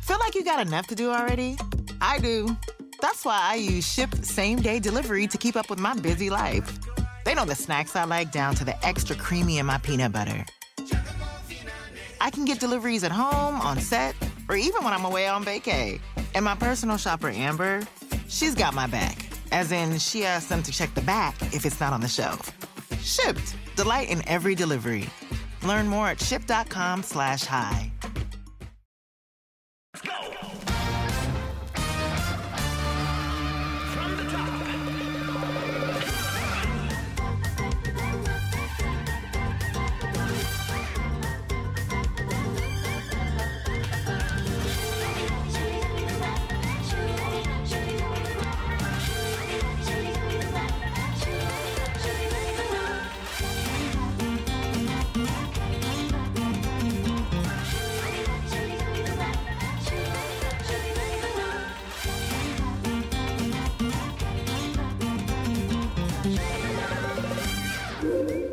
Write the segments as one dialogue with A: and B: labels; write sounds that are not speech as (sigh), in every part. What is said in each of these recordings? A: Feel like you got enough to do already? I do. That's why I use Ship Same Day Delivery to keep up with my busy life. They know the snacks I like down to the extra creamy in my peanut butter. I can get deliveries at home, on set, or even when I'm away on vacay. And my personal shopper, Amber, she's got my back. As in, she asks them to check the back if it's not on the shelf. Shipped. Delight in every delivery. Learn more at ship.com slash high.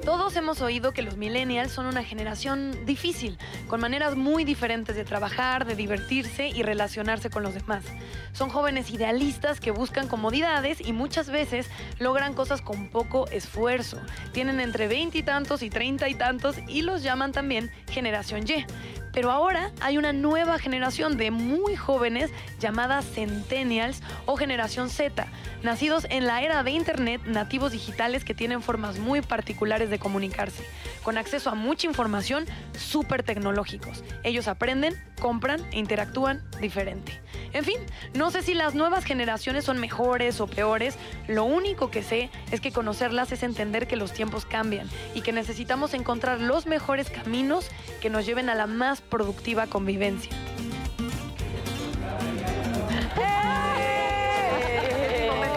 B: Todos hemos oído que los millennials son una generación difícil, con maneras muy diferentes de trabajar, de divertirse y relacionarse con los demás. Son jóvenes idealistas que buscan comodidades y muchas veces logran cosas con poco esfuerzo. Tienen entre veinte y tantos y treinta y tantos y los llaman también generación Y. Pero ahora hay una nueva generación de muy jóvenes llamada Centennials o Generación Z, nacidos en la era de Internet, nativos digitales que tienen formas muy particulares de comunicarse, con acceso a mucha información, súper tecnológicos. Ellos aprenden, compran e interactúan diferente. En fin, no sé si las nuevas generaciones son mejores o peores, lo único que sé es que conocerlas es entender que los tiempos cambian y que necesitamos encontrar los mejores caminos que nos lleven a la más productiva convivencia.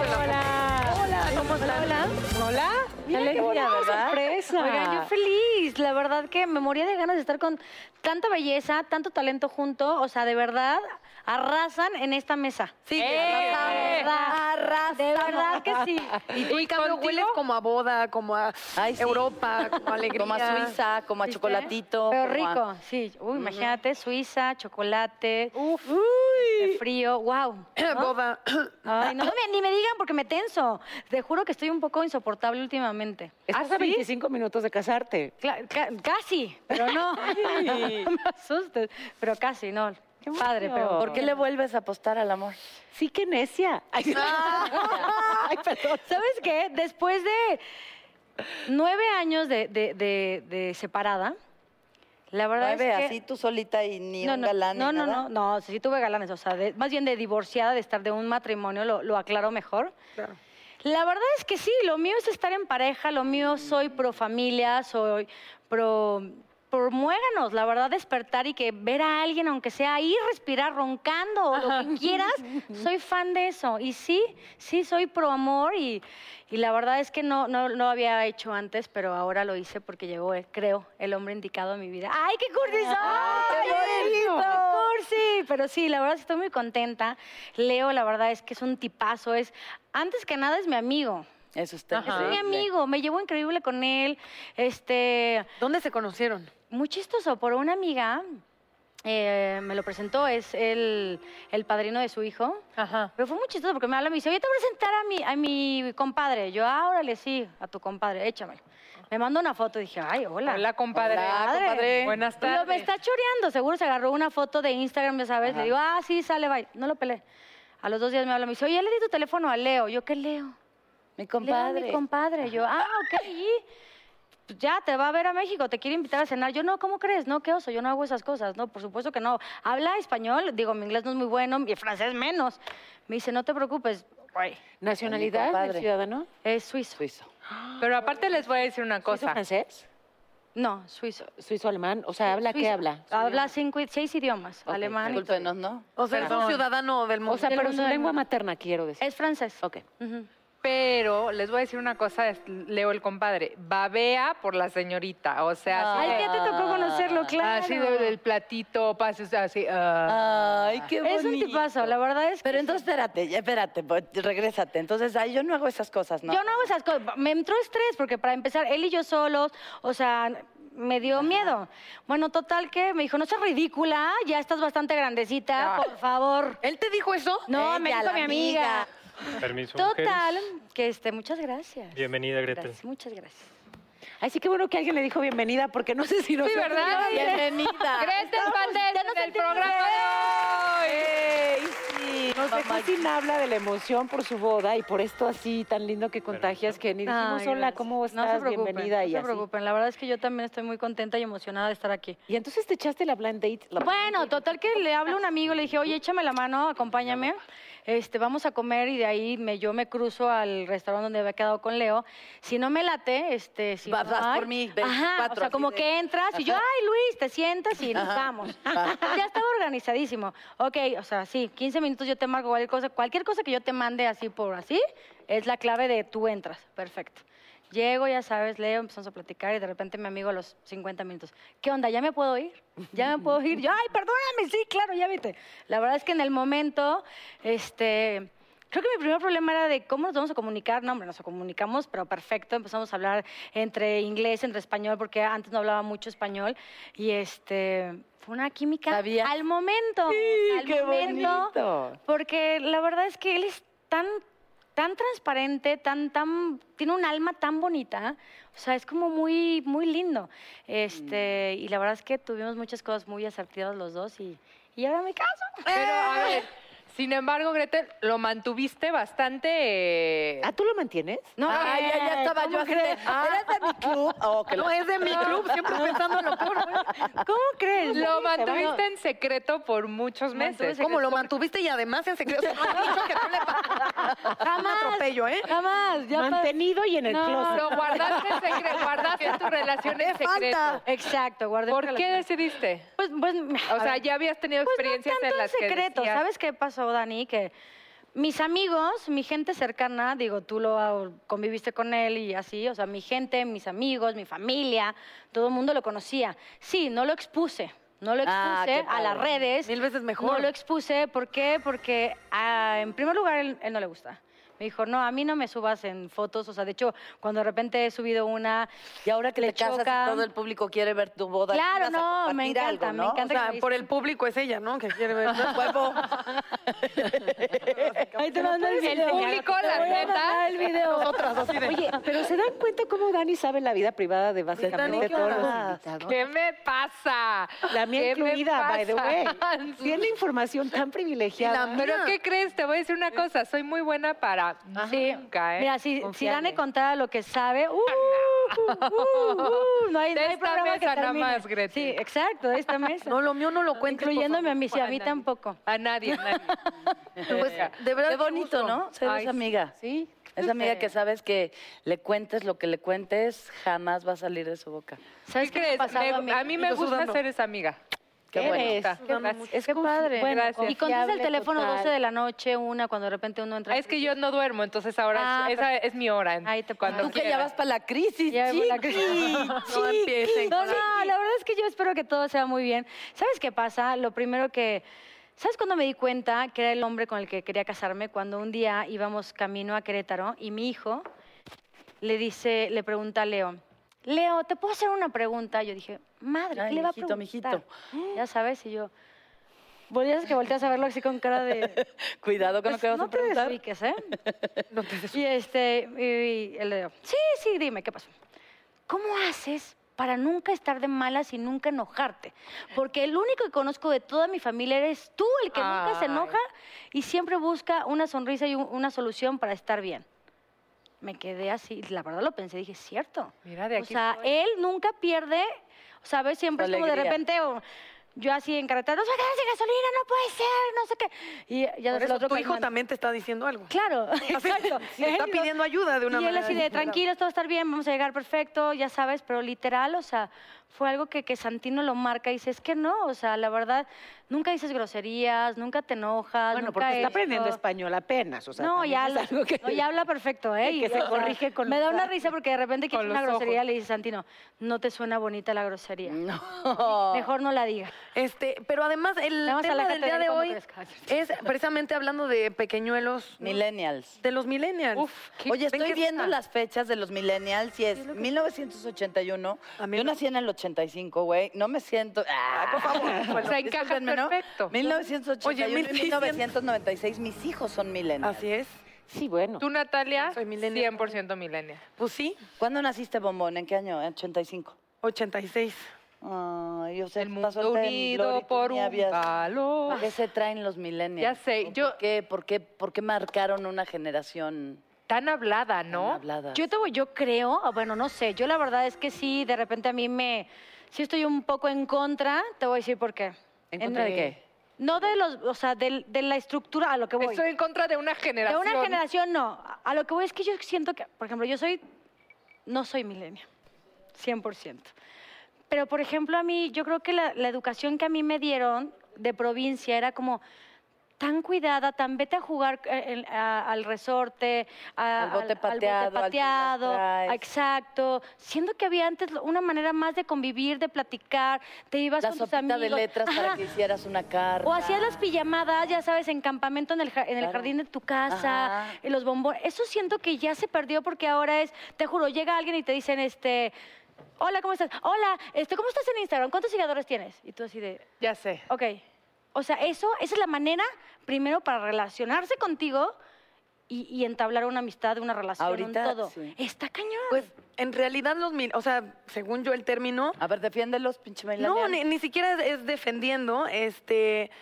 B: Hola, ¿cómo están?
C: Hola.
D: Mira qué
C: Alegría,
D: bonita
C: ¿verdad?
D: sorpresa.
C: Oigan, yo feliz. La verdad que me moría de ganas de estar con tanta belleza, tanto talento junto. O sea, de verdad, arrasan en esta mesa. Sí, arrasan. ¡Eh! De verdad que sí.
B: Y tú, en cambio, hueles como a boda, como a
D: Ay, sí.
B: Europa, como a alegría.
D: Como a Suiza, como a
C: ¿Viste?
D: chocolatito.
C: Pero
D: como a-
C: rico, sí. Uy, imagínate, Suiza, chocolate,
B: Uf.
C: este frío, wow.
B: Boda.
C: Ay, no me- ni me digan porque me tenso. Te juro que estoy un poco insoportable últimamente.
B: ¿Ah,
D: Estás a 25 minutos de casarte.
C: Cla- ca- casi, pero no. (laughs) no me asustes. Pero casi, no. Padre, pero.
D: ¿Por qué le vuelves a apostar al amor? Sí, que necia. Ay, perdón.
C: ¿Sabes qué? Después de nueve años de, de- de- de separada, la verdad
D: Nueve,
C: es que.
D: así tú solita y ni
C: no,
D: un
C: no,
D: galán
C: no,
D: ni
C: no,
D: nada.
C: no, no, sí tuve galanes, o sea, de- más bien de divorciada, de estar de un matrimonio, lo, lo aclaro mejor. La verdad es que sí, lo mío es estar en pareja, lo mío soy pro familia, soy pro... Promuéganos, la verdad, despertar y que ver a alguien, aunque sea ahí, respirar roncando o lo que quieras, soy fan de eso. Y sí, sí, soy pro amor y, y la verdad es que no, no, no había hecho antes, pero ahora lo hice porque llegó, eh, creo, el hombre indicado a mi vida. ¡Ay, qué cursi soy! ¡Qué cursi! Pero sí, la verdad estoy muy contenta. Leo, la verdad es que es un tipazo, es... Antes que nada es mi amigo.
D: Eso está
C: Es mi
D: increíble.
C: amigo, me llevo increíble con él. Este,
B: ¿Dónde se conocieron?
C: muy chistoso, por una amiga eh, me lo presentó, es el, el padrino de su hijo.
B: Ajá.
C: Pero fue muy chistoso porque me habla y me dice, oye, te voy a presentar a mi, a mi compadre. Yo, ah, órale, sí, a tu compadre, échamelo. Me mandó una foto y dije, ay, hola.
E: Hola, compadre.
D: Hola, compadre.
E: Buenas
C: Lo me
E: tardes.
C: está choreando, seguro se agarró una foto de Instagram, ya sabes. Le digo, ah, sí, sale, bye. No lo peleé. A los dos días me habla y me dice, oye, ya le di tu teléfono a Leo. Yo, ¿qué Leo?
D: Mi
C: Leo,
D: compadre.
C: mi compadre. Yo, ah, ok. y pues ya te va a ver a México, te quiere invitar a cenar. Yo, no, ¿cómo crees? No, qué oso, yo no hago esas cosas. No, por supuesto que no. Habla español, digo, mi inglés no es muy bueno, mi francés menos. Me dice, no te preocupes, güey,
D: Nacionalidad del
E: compadre.
D: ciudadano
C: es suizo.
D: suizo.
E: Pero aparte les voy a decir una
D: ¿Suizo
E: cosa.
D: francés?
C: No, suizo.
B: Suizo-alemán, o sea, ¿habla qué
C: Suizo.
B: habla?
C: Habla cinco, i- seis idiomas,
B: Ok,
C: alemán. y todo.
D: Discúlpenos, ¿no?
F: O sea, es un ciudadano del mundo.
B: O sea,
C: Del
B: pero su
C: mundo del
B: lengua
C: mundo.
B: materna, quiero decir.
C: Es francés.
B: Ok.
C: Ujú.
G: Pero les voy a decir una cosa, es- Leo el compadre, babea por la señorita, o sea, así,
C: Ay,
G: de-
C: ya te tocó
B: Ah,
C: conocerlo,
D: Ah,
C: claro.
G: así de- del platito, pases así. ah.
D: Ay, qué bonito.
C: Es un tipazo, la verdad es que
D: Pero entonces, espérate, ya, espérate, po- regrésate. Entonces, ay, yo no hago esas cosas, ¿no?
C: Yo no hago esas cosas. Me entró estrés porque para empezar, él y yo solos, o sea, me dio miedo. Bueno, total que me dijo, no seas ridícula, ya estás bastante grandecita, por favor.
G: ¿Él te dijo eso?
C: No,
D: Ella,
C: me dijo
D: la
C: mi amiga.
H: Permiso.
C: Total,
H: mujeres.
C: que este, muchas gracias.
H: Bienvenida, Gretel.
C: Gracias, muchas gracias.
B: Ay, sí, qué bueno que alguien le dijo bienvenida, porque no sé si no
G: Sí, ¿verdad?
D: Bienvenida.
G: Gretel Valdés
C: ya nos
G: en el
C: sentimos
G: programa de hoy.
B: Nos dejó sin habla de la emoción por su boda y por esto así tan lindo que contagias, que ni dijimos
C: Ay,
B: hola,
C: gracias.
B: ¿cómo estás?
C: No se preocupen,
B: Bienvenida
C: no
B: y
C: se
B: así.
C: preocupen, la verdad es que yo también estoy muy contenta y emocionada de estar aquí.
B: Y entonces te echaste la blind date. la- (laughs)
C: Bueno, total que le hablo a un amigo, le dije, oye, échame la mano, acompáñame, este, vamos a comer y de ahí me, yo me cruzo al restaurante donde había quedado con Leo. Si no me late, este, si
D: Va-
C: no
D: vas
C: hay-
D: por mí,
C: ajá,
D: 24,
C: o sea,
D: así
C: como
D: de-
C: que entras y yo,
D: Ajá.
C: ay, Luis, te sientas y nos
D: (laughs) Ajá.
C: vamos. ya estaba organizadísimo. Ok, o sea, sí, 15 minutos yo te marco cualquier cosa, cualquier cosa que yo te mande así por así, es la clave de tú entras, perfecto. Llego, ya sabes, leo, empezamos a platicar y de repente mi amigo a los 50 minutos, ¿qué onda? ¿Ya me puedo ir? ¿Ya me puedo ir? Yo, ay, perdóname, sí, claro, ya viste. La verdad es que en el momento, este, creo que mi primer problema era de cómo nos vamos a comunicar. No, hombre, nos comunicamos, pero perfecto. Empezamos a hablar entre inglés, entre español, porque antes no hablaba mucho español. Y este, fue una química
D: ¿Sabías?
C: al momento. al
D: qué
C: momento.
D: bonito.
C: Porque la verdad es que él es tan, tan transparente, tan, tan, tiene un alma tan bonita. O sea, es como muy, muy lindo. Este,
G: Mm.
C: y la verdad es que tuvimos muchas cosas muy asertivas los dos y, y ahora me caso.
G: Pero a
C: (laughs)
D: Ah.
G: ver, sin embargo, Gretel, lo mantuviste bastante. ah, eh,
B: Ah, ¿tú lo mantienes?
C: No,
D: Ay, ya, ya estaba yo así de, "Ah, ¿Eres de mi club? Oh, que la-
F: No es de mi club, siempre pensando en lo peor. güey.
C: ¿Cómo crees?
G: Lo mantuviste en secreto por
C: Pues
G: muchos meses.
C: Mantuve
F: ¿Cómo lo mantuviste y además en secreto? No has dicho que tú le
C: (laughs)
F: pa- (laughs) Un
C: Jamás.
B: Ah,
F: atropello, ¿eh?
C: Jamás, ya pas-
B: Mantenido y en el
C: No.
D: Ah.
B: closet.
G: Lo guardaste en secreto, guardaste tu
D: (laughs)
G: relación en secreto.
C: Exacto, guardé.
G: ¿Por
C: mi
G: qué
C: relación.
G: decidiste?
C: Pues, pues,
G: O sea, ya habías tenido experiencias
C: tanto
G: en las que
C: secreto.
G: decías,
C: ¿Sabes qué pasó, Dani? Que mis amigos, mi gente cercana, digo, tú lo ah, conviviste con él y así, o sea, mi gente, mis amigos, mi familia, todo el mundo lo conocía. Sí, no lo expuse. No lo expuse
D: Ah, qué
C: a las
D: padre.
C: redes.
F: Mil veces mejor.
C: No lo expuse. ¿Por qué? Porque, ah, en primer lugar, él, él no le gusta. Me dijo, no, a mí no me subas en fotos. O sea, de hecho, cuando de repente he subido una...
D: Y ahora que
C: le
D: te casas y
C: choca.
D: todo el público quiere ver tu boda.
C: Claro,
D: ¿ibas a
C: no, me
D: compartir
C: encanta,
D: algo,
C: me
D: no?
C: encanta.
F: O sea, por el público es ella, ¿no? Que quiere ver.
D: Huevo.
B: Ahí te mando el video.
G: público,
B: Te
G: la
B: voy a
G: neta.
B: mandar el video.
F: Nosotras, así de-
B: Oye, pero ¿se dan cuenta cómo Dani sabe la vida privada de básicamente
F: Dani,
B: todos los
F: claro.
B: invitados?
G: ¿Qué me pasa?
B: (laughs) La mía
G: ¿Qué me
B: incluida, by the way.
G: (laughs) pasa?
B: Tiene información tan privilegiada.
G: Pero ¿qué crees? Te voy a decir una cosa. Soy muy buena para nunca, ¿eh?
C: Mira, si, si
G: Confiarme.
C: Dani contara lo que sabe, ¡uh! uh, uh, uh, no hay, no
G: De
C: hay
G: esta
C: programa que
G: mesa nada
C: termine.
G: más, Gretel.
C: Sí, exacto, de esta mesa.
F: No, lo mío no lo cuentes. por
C: Incluyéndome a mí, sí, a mí
G: Nadie.
C: tampoco.
G: A nadie, a nadie.
D: Pues,
F: de verdad,
D: Qué
F: qué
D: bonito,
F: gusto.
D: ¿no? Ser
G: Ay,
D: esa amiga.
B: Sí.
D: Esa amiga que sabes que le cuentes lo que le cuentes, jamás va a salir de su boca.
C: ¿Sabes
G: ¿Qué
C: qué me ha
G: crees?
C: pasado
G: Me-
C: a mí?
G: a mí me
F: Yo
G: gusta
F: sudando.
G: ser esa amiga.
D: Qué
B: Eres.
D: bueno.
G: Está.
B: Es que padre.
G: Bueno,
C: Y contestas el teléfono 12 de la noche, una, cuando de repente uno entra.
G: Ah, Es que yo no duermo, entonces ahora
C: Ah,
G: es- esa es mi hora.
C: Ahí te
G: cuando
C: pongo.
D: Tú que ya
G: quieras.
D: vas para la crisis,
C: Ya voy
D: chica.
C: la crisis. (laughs)
F: No empiecen
C: No,
F: con la-
C: no, la verdad es que yo espero que todo sea muy bien. ¿Sabes qué pasa? Lo primero que... ¿Sabes cuando me di cuenta que era el hombre con el que quería casarme? Cuando un día íbamos camino a Querétaro y mi hijo le dice, le pregunta a Leo, Leo, ¿te puedo hacer una pregunta? Yo dije, madre, ¿qué
D: Ay,
C: le va a
D: mijito,
C: preguntar?
D: mijito.
C: Ya sabes, y yo... Volvías que volteas a verlo así con cara de...
D: Cuidado con lo
C: Pues
D: que vas
C: no
D: a preguntar.
C: te desubiques, ¿eh? Y este, y, y él le dijo, sí, sí, dime, ¿qué pasó? ¿Cómo haces para nunca estar de malas y nunca enojarte? Porque el único que conozco de toda mi familia eres tú, el que nunca se
G: Ay.
C: enoja y siempre busca una sonrisa y un- una solución para estar bien. Me quedé así, la verdad lo pensé, dije, cierto.
G: Mira, de
C: O
G: aquí.
C: sea, él nunca pierde, o sea, a veces siempre
D: Su
C: es como de
D: alegría.
C: repente, o, Yo así en carretera, no se va a quedar sin gasolina, no puede ser, no sé qué. Y ya
B: Por
C: sabes, el
B: eso
C: otro
B: tu hijo
C: calmando.
B: también te está diciendo algo.
C: Claro, exacto.
B: (laughs) Sí, está
C: Él-
B: pidiendo ayuda de una
C: y él
B: manera
C: así de
B: desesperada.
C: tranquilos, todo va a estar bien, vamos a llegar perfecto, ya sabes, pero literal, o sea, fue algo que, que Santino lo marca y dice, es que no, o sea, la verdad, nunca dices groserías, nunca te enojas.
B: Bueno,
C: nunca
B: porque está
C: esto".
B: aprendiendo español apenas. O sea,
C: no,
B: también
C: ya,
B: es
C: lo-
B: algo que-
C: no, ya habla perfecto, ¿eh?
B: (laughs)
C: Y,
B: que se
C: o sea,
B: corrige con
C: Me
B: los
C: da una
B: ojos.
C: risa porque de repente quieres
G: Con
C: una
G: los
C: grosería
G: ojos.
C: le dice Santino, no te suena bonita la grosería.
D: No.
C: Mejor no la digas.
B: Este, pero además el
C: Nada más
B: tema
C: aléjate
B: del
C: de
B: día
C: él
B: de
C: cuando
B: hoy
C: crezca.
B: es precisamente hablando de pequeñuelos, ¿no?
D: Millennials.
B: de los millennials.
G: Uf, qué-
D: Oye,
G: ¿ven
D: estoy
G: qué
D: viendo
G: está?
D: las fechas de los millennials y es 1981.
B: A mí
D: Yo
B: no.
D: nací en el 85, güey. No me siento. Ah, por (laughs) favor.
G: O sea, encajas perfecto.
D: 1981
B: Oye,
D: y 1996. Mis hijos son millennials.
B: Así es.
D: Sí, bueno.
G: Tú, Natalia,
B: Soy millennial.
G: 100% milenia.
B: Pues sí,
D: ¿Cuándo naciste, Bombón? ¿En qué año? ¿En 85?
B: 86.
D: Ay, yo sé,
G: El
D: estás
G: mundo
D: soltera en Glory,
G: unido
D: tú
G: por
D: ni
G: un
D: habías-
G: valor.
D: ¿Por qué se traen los millennials?
G: Ya sé,
D: ¿O
G: yo-
D: ¿Por qué, por, qué, ¿Por qué marcaron una generación
G: Tan hablada,
D: tan
G: ¿no?
D: hablada?
C: Yo te voy, yo creo, ah, bueno, no sé, yo la verdad es que sí, de repente a mí me, sí estoy un poco en contra, te voy a decir por qué.
D: ¿En contra de qué?
C: No de los, o sea, del- de, la estructura a lo que voy.
G: Estoy en contra de una
C: de
G: generación.
C: una generación no, a- a lo que voy es que yo siento que, por ejemplo, yo soy, no soy milenia, 100%. Pero, por ejemplo, a mí, yo creo que la, la educación que a mí me dieron de provincia era como tan cuidada, tan vete a jugar eh, en- a- al resorte, a-
D: Al bote pateado, al
C: pateado,
D: tirastrás.
C: exacto. Siento que había antes lo- una manera más de convivir, de platicar, te ibas
D: La
C: con tus
D: sopita
C: amigos.
D: de letras para
C: Ajá,
D: que hicieras una carta.
C: o hacías las pijamadas, ya sabes, en campamento en el, ja- en el
D: Claro.
C: jardín de tu casa,
D: Ajá.
C: y los bombones. Eso siento que ya se perdió porque ahora es, te juro, llega alguien y te dicen, este, hola, ¿cómo estás? Hola, este, ¿cómo estás en Instagram? ¿Cuántos seguidores tienes? Y tú así de,
G: Ya sé.
C: ok. O sea, eso, esa es la manera, primero, para relacionarse contigo y, y entablar una amistad, una relación,
D: Ahorita,
C: un todo.
D: sí.
C: Está cañón.
B: Pues en realidad los mil, o sea, según yo el término,
D: A ver, defiéndelos, pinche millennial.
B: no, ni, ni siquiera es, es defendiendo, este,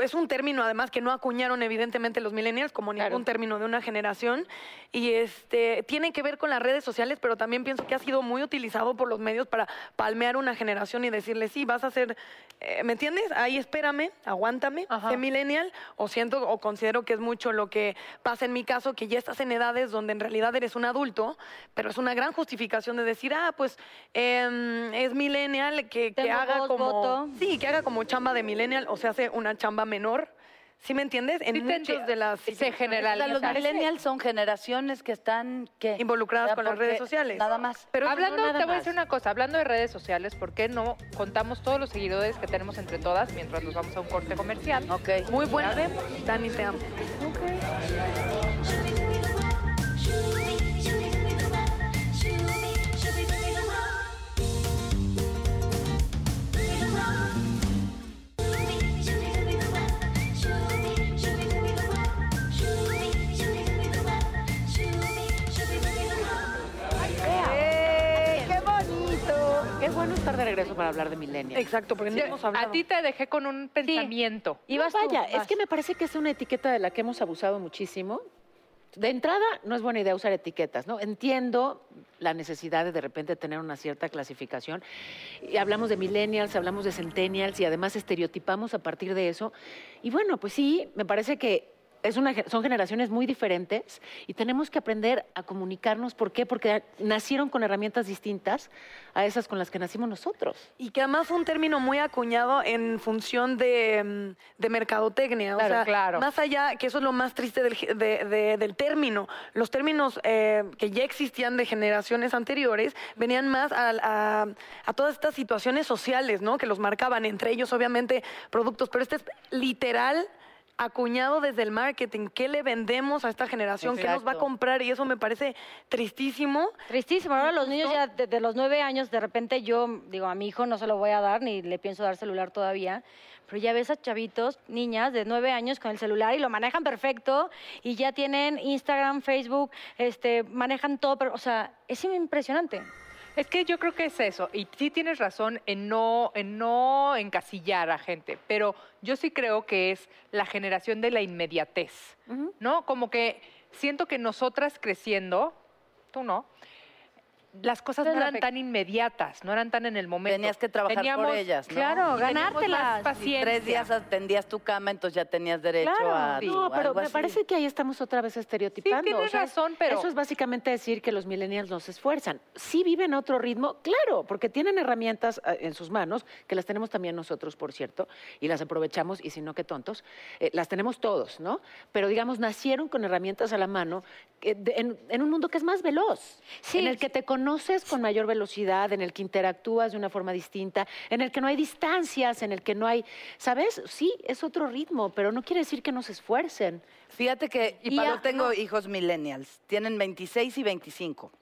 B: es un término además que no acuñaron evidentemente los millennials como ningún término de una generación y este, tiene que ver con las redes sociales, pero también pienso que ha sido muy utilizado por los medios para palmear una generación y decirle, sí, vas a ser, eh, ¿me entiendes? Ahí espérame, aguántame,
G: Ajá.
B: sé millennial, o siento o considero que es mucho lo que pasa en mi caso, que ya estás en edades donde en realidad eres un adulto, pero es una gran justificación de decir, ah, pues em, es millennial, que, que
C: Tengo
B: haga
C: voz,
B: como
C: voto.
B: sí, que haga como chamba de millennial o se hace una chamba menor. ¿Sí me entiendes? En
G: Sí te
B: muchos
G: entiendo.
B: de las
G: Se
D: O sea, los
G: generaliza.
D: millennials son generaciones que están ¿qué?
B: Involucradas
D: O sea,
B: con las
D: porque
B: redes sociales.
D: Nada más.
B: Pero
G: hablando,
B: no nada
G: te voy a
B: más.
G: decir una cosa, hablando de redes sociales, ¿por qué no contamos todos los seguidores que tenemos entre todas mientras nos vamos a un corte comercial?
D: Ok.
B: muy buena. Dani, te amo. ¡Qué bonito!
H: Es bueno estar de regreso para hablar de millennials.
B: Exacto, porque no
G: Yo-
B: hemos hablado.
G: a ti te dejé con un pensamiento.
H: Y
C: Ibas tú,
H: vaya, es
C: vas.
H: que me parece que es una etiqueta de la que hemos abusado muchísimo. De entrada, no es buena idea usar etiquetas, ¿no? Entiendo la necesidad de de repente tener una cierta clasificación. Y hablamos de millennials, hablamos de centennials y además estereotipamos a partir de eso. Y bueno, pues sí, me parece que es una, ge- son generaciones muy diferentes y tenemos que aprender a comunicarnos. ¿Por qué? Porque nacieron con herramientas distintas a esas con las que nacimos nosotros.
B: Y que además fue un término muy acuñado en función de, mm, de mercadotecnia. o
G: Claro,
B: sea,
G: claro.
B: Más allá, que eso es lo más triste del, ge- de- de- del término. Los términos eh, que ya existían de generaciones anteriores venían más al- a, a todas estas situaciones sociales, ¿no? Que los marcaban, entre ellos, obviamente, productos. Pero este es literal acuñado desde el marketing. ¿Qué le vendemos a esta generación? ¿Qué nos va a
D: Exacto.
B: comprar? Y eso me parece tristísimo.
C: Tristísimo. Ahora los niños ya de, de los nueve años, de repente yo digo, a mi hijo no se lo voy a dar ni le pienso dar celular todavía. Pero ya ves a chavitos, niñas de nueve años con el celular y lo manejan perfecto y ya tienen Instagram, Facebook, este, manejan todo. Pero, o sea, es impresionante.
G: Es que yo creo que es eso, y sí tienes razón en no, en no encasillar a gente, pero yo sí creo que es la generación de la inmediatez, ¿no? Como que siento que nosotras creciendo, tú no, las cosas no
C: Entonces, la
G: eran
C: fe-
G: tan inmediatas, no eran tan en el momento.
D: Tenías que trabajar por ellas, ¿no?
C: claro,
G: teníamos más
C: ganártelas. Y
G: paciencia.
D: Tres días atendías tu cama, entonces ya tenías derecho
G: Claro,
D: a.
G: sí.
D: tu-
G: No,
H: No, pero
D: algo
H: me
D: así.
H: parece que ahí estamos otra vez estereotipando.
G: Sí, tienes razón, pero-
H: Eso es básicamente decir que los millennials no se esfuerzan. Sí viven a otro ritmo, claro, porque tienen herramientas eh, en sus manos, que las tenemos también nosotros, por cierto, y las aprovechamos, y si no, qué tontos. Eh, las tenemos todos, ¿no? Pero digamos, nacieron con herramientas a la mano eh, de- en, en un mundo que es más veloz,
C: Sí.
H: en el que te conoces con mayor velocidad, en el que interactúas de una forma distinta, en el que no hay distancias, en el que no hay, ¿sabes? Sí, es otro ritmo, pero no quiere decir que no se esfuercen.
D: Fíjate que
H: Y
D: yo
H: a-
D: tengo
H: no.
D: hijos millennials, tienen 26 y 25.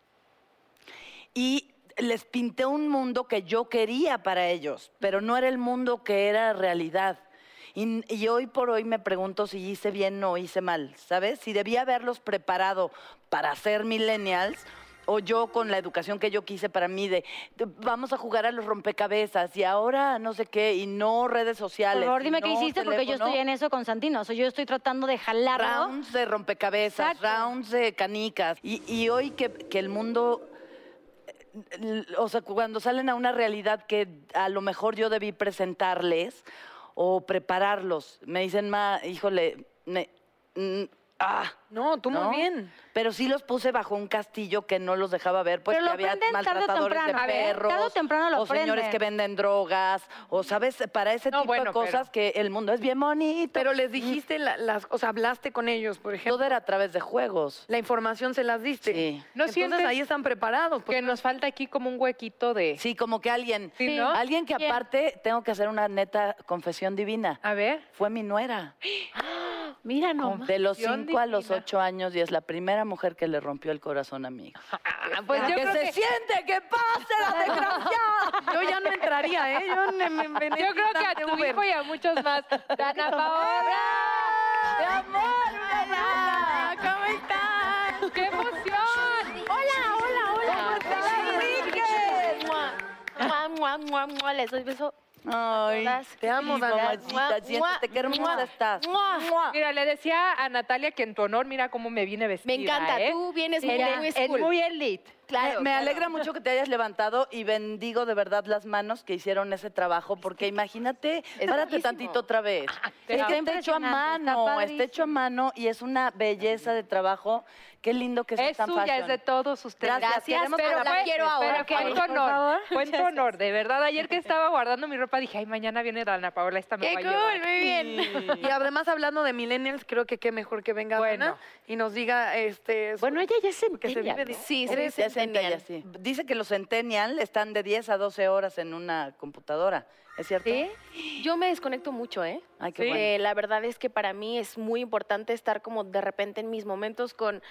D: Y les pinté un mundo que yo quería para ellos, pero no era el mundo que era realidad. Y, y hoy por hoy me pregunto si hice bien o hice mal, ¿sabes? Si debía haberlos preparado para ser millennials o yo con la educación que yo quise para mí de de, vamos a jugar a los rompecabezas y ahora no sé qué y no redes sociales.
C: Por favor,
D: y
C: dime qué
D: no
C: hiciste porque yo
D: teléfono. pues,
C: estoy en eso con Santino. O sea, yo estoy tratando de jalarlo.
D: Rounds de rompecabezas,
C: Exacto.
D: rounds de canicas. Y, y hoy que, que el mundo, eh, o sea, cuando salen a una realidad que a lo mejor yo debí presentarles o prepararlos, me dicen, ma, híjole, me- mm, ah,
B: No, tú
D: ¿no?
B: muy bien.
D: Pero sí los puse bajo un castillo que no los dejaba ver, pues
C: Pero
D: que
C: lo
D: había
C: aprenden tarde o
D: maltratadores de
C: temprano. A ver,
D: perros,
C: tarde o temprano lo
D: o señores
C: aprenden.
D: que venden drogas, o sabes, para ese
G: No,
D: tipo de
G: bueno, pero-
D: cosas que el mundo es bien bonito.
B: Pero les dijiste, la- las, o sea, hablaste con ellos, por ejemplo.
D: todo era a través de juegos.
B: La información se las diste.
D: Sí.
G: ¿No
B: Entonces
G: sientes
B: ahí están preparados.
G: que
B: porque
G: nos falta aquí como un huequito de...
D: Sí, como que alguien.
G: Sí, ¿no?
D: Alguien que
C: ¿Quién?
D: aparte tengo que hacer una neta confesión divina.
G: A ver.
D: Fue mi
E: (gasps)
D: nuera.
H: Mira
G: nomás.
D: De los
G: Confesión
D: 5 a los
G: divina.
D: 8 años y es la primera mujer que le rompió el corazón a mi hija.
B: Ah,
G: pues yo
D: que
G: creo
D: se
G: que-
D: siente, que pase la desgraciada.
B: (laughs) Yo ya no entraría, ¿eh? Yo, ne- me- me-
G: Yo creo que a tu hijo y a muchos más.
B: (laughs)
G: Dana Paola.
D: ¡Mi amor, Mariana!
G: ¿Cómo estás? ¡Qué emoción! Hola, hola, hola.
D: ¡Enrique!
E: Mua, mua, mua, mua, les doy beso.
D: Ay,
E: Todas.
D: te amo,
E: Sí,
D: mamacita.
E: mamá.
D: Siéntate, qué hermosa
E: Mua,
D: estás.
E: mua.
G: Mira, le decía a Natalia que en tu honor, mira cómo me vine vestida.
E: Me encanta,
G: ¿eh?
E: tú vienes muy
G: Era-
E: new
G: en
E: school.
G: muy elite.
E: Claro.
D: Me- me alegra mucho que te hayas levantado y bendigo de verdad las manos que hicieron ese trabajo, porque imagínate,
E: Es
D: párate
E: buenísimo.
D: tantito otra vez.
G: Pero
D: Está, hecho
G: está
D: a
C: impresionante,
D: mano,
C: está
D: está, hecho
C: padrísimo.
D: a mano y es una belleza de trabajo. Qué lindo que sea
G: Es
D: tan
G: suya, es
D: fashion.
G: de todos ustedes.
D: Gracias, Gracias, queremos
E: pero
D: que la
E: la quiero ahora.
G: Pero
E: por
G: cuento
E: favor.
G: honor,
C: (laughs)
G: cuento honor. De verdad, ayer que estaba guardando mi ropa dije, ay, mañana viene Dana Paola, esta me
E: Qué
G: va a
E: cool,
G: llevar.
E: muy bien.
B: Y además, hablando de millennials, creo que qué mejor que venga
G: Bueno.
B: Dana y nos diga, este...
H: Bueno, ella ya se
B: que se
H: entera.
B: vive
H: ¿no?
B: de-
E: Sí, soy
D: Eres centennial.
E: centennial.
D: Dice que los centennial están de 10 a 12 horas en una computadora. ¿Es cierto?
E: ¿Eh? Yo me desconecto mucho, ¿eh?
D: Ay, qué
E: Eh,
D: bueno.
E: la verdad es que para mí es muy importante estar como de repente en mis momentos con,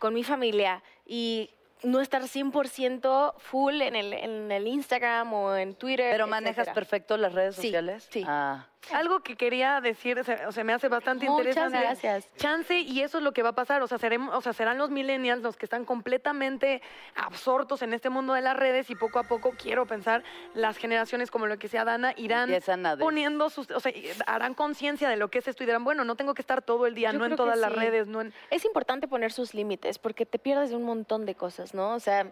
E: con mi familia y no estar 100% full en el, en el Instagram o en Twitter.
D: ¿Pero manejas
E: etcétera.
D: perfecto las redes
E: Sí,
D: sociales?
E: sí.
D: Ah.
B: Algo que quería decir, se, se me hace bastante
E: Muchas
B: interesante.
E: gracias.
B: Chance, y eso es lo que va a pasar. O sea, seremos, o sea, serán los millennials los que están completamente absortos en este mundo de las redes y poco a poco, quiero pensar, las generaciones como lo que sea Dana irán
D: Empiezan a des-
B: poniendo sus. O sea, y harán conciencia de lo que es esto y dirán, bueno, no tengo que estar todo el día,
E: Yo
B: no en
E: creo que
B: todas las
E: sí.
B: redes, no en.
E: Es importante poner sus límites porque te pierdes de un montón de cosas, ¿no? O sea,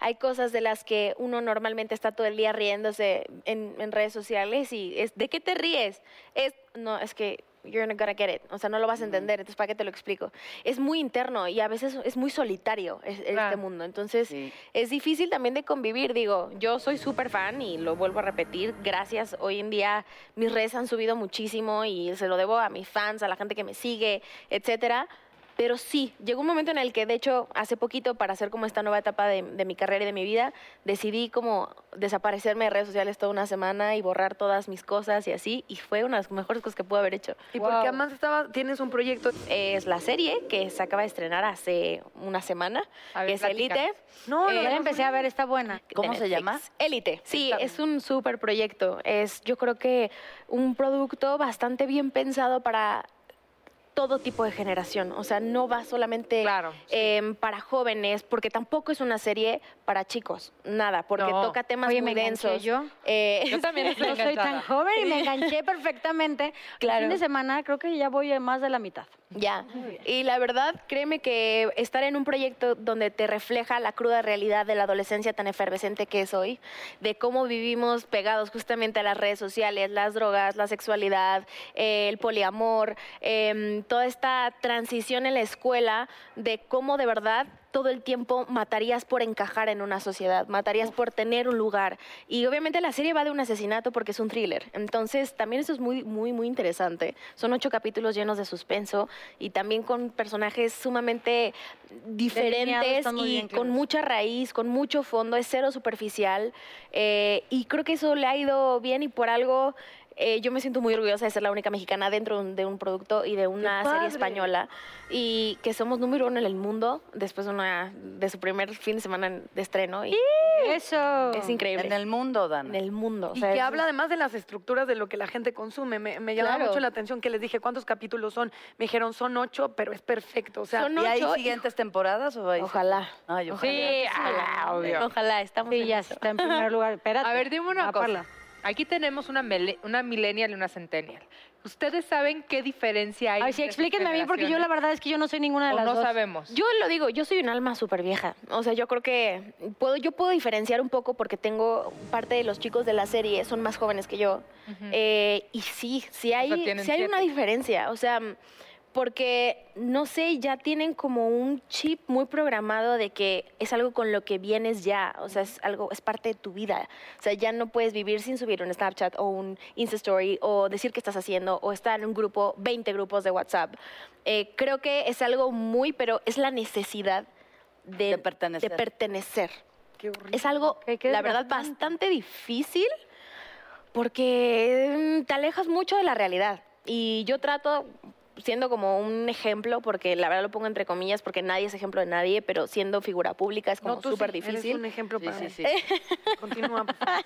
E: hay cosas de las que uno normalmente está todo el día riéndose en, en redes sociales y es, ¿de qué te ríes? Es, no, es que you're not gonna get it. O sea, no lo vas a entender, entonces ¿para qué te lo explico? Es muy interno y a veces es muy solitario es- este
G: Claro.
E: mundo. Entonces,
D: Sí.
E: es difícil también de convivir. Digo, yo soy súper fan y lo vuelvo a repetir. Gracias. Hoy en día mis redes han subido muchísimo y se lo debo a mis fans, a la gente que me sigue, etcétera. Pero sí, llegó un momento en el que, de hecho, hace poquito, para hacer como esta nueva etapa de, de mi carrera y de mi vida, decidí como desaparecerme de redes sociales toda una semana y borrar todas mis cosas y así. Y fue una de las mejores cosas que pude haber hecho.
B: Y porque además estaba, tienes un proyecto.
E: Es la serie que se acaba de estrenar hace una semana,
G: A ver,
E: que es
G: platícanos.
E: Elite.
B: No,
E: Eh,
B: lo
E: ya
B: de
E: la
B: los-
C: Empecé a ver, está buena.
D: ¿Cómo se llama?
E: Élite. Sí, es un súper proyecto. Es, yo creo que un producto bastante bien pensado para todo tipo de generación. O sea, no va solamente
G: Claro,
C: eh,
G: sí.
E: em, para jóvenes, porque tampoco es una serie para chicos. Nada, porque
G: No.
E: toca temas
C: Oye, me
E: muy
C: enganché (laughs)
E: densos.
C: yo.
E: Eh,
C: (laughs)
G: Yo también estoy
C: No soy tan
G: enganchada.
C: joven y me enganché perfectamente. El
E: Claro.
C: fin de semana creo que ya voy a más de la mitad.
E: (laughs) Ya. Y la verdad, créeme que estar en un proyecto donde te refleja la cruda realidad de la adolescencia tan efervescente que es hoy, de cómo vivimos pegados justamente a las redes sociales, las drogas, la sexualidad, eh, el poliamor, em, toda esta transición en la escuela de cómo de verdad todo el tiempo matarías por encajar en una sociedad, matarías por tener un lugar. Y obviamente la serie va de un asesinato porque es un thriller. Entonces también eso es muy, muy, muy interesante. Son ocho capítulos llenos de suspenso y también con personajes sumamente diferentes
C: están muy
E: y
C: bien
E: con
C: claros.
E: mucha raíz, con mucho fondo, es cero superficial. eh, y creo que eso le ha ido bien y por algo... eh, yo me siento muy orgullosa de ser la única mexicana dentro de un- de un producto y de una serie española y que somos número uno en el mundo después de, una, de su primer fin de semana de estreno. Y
C: Eso.
E: es increíble.
D: En el mundo, Dana.
E: En el mundo. o
B: Y
E: sea,
B: que
E: es-
B: habla además de las estructuras de lo que la gente consume. Me, me llamaba
E: Claro.
B: mucho la atención que les dije cuántos capítulos son. Me dijeron son ocho, pero es perfecto. O sea,
E: Son
D: ¿Y hay
E: ocho,
D: siguientes temporadas o hay?
E: Ojalá.
D: Ay, ojalá.
E: Sí, ojalá, Ojalá, estamos
C: Sí,
E: en
C: ya
E: eso.
C: está en primer lugar. Espérate.
G: ah, A ver, dime una
C: Va,
G: cosa.
C: Parla.
G: Aquí tenemos una, mele- una millennial y una centennial. ¿Ustedes saben qué diferencia hay?
C: Ay, sí,
G: entre sus
C: explíquenme a mí porque yo la
G: generaciones?
C: verdad es que yo no soy ninguna de
G: O
C: las
G: no
C: dos.
G: sabemos.
E: Yo lo digo, yo soy un alma súper vieja. O sea, yo creo que puedo, yo puedo diferenciar un poco porque tengo parte de los chicos de la serie, son más jóvenes que yo.
G: Ujú.
E: Eh, y sí, sí hay,
G: tienen
E: sí hay una
G: siete.
E: diferencia. O sea, porque, no sé, ya tienen como un chip muy programado de que es algo con lo que vienes ya. O sea, es algo, es parte de tu vida. O sea, ya no puedes vivir sin subir un Snapchat o un Insta Story o decir qué estás haciendo o estar en un grupo, 20 grupos de WhatsApp. Eh, creo que es algo muy, pero es la necesidad de,
D: De pertenecer.
E: de pertenecer.
B: qué horrible.
E: Es algo,
C: Ok, que es
E: la verdad, bastante difícil porque mm, te alejas mucho de la realidad. Y yo trato, siendo como un ejemplo, porque la verdad lo pongo entre comillas, porque nadie es ejemplo de nadie, pero siendo figura pública es como
B: tú
E: súper
B: sí, Eres
E: difícil.
B: un ejemplo para
D: Sí,
B: mí.
D: sí, sí.
B: (laughs) Continúa. por favor.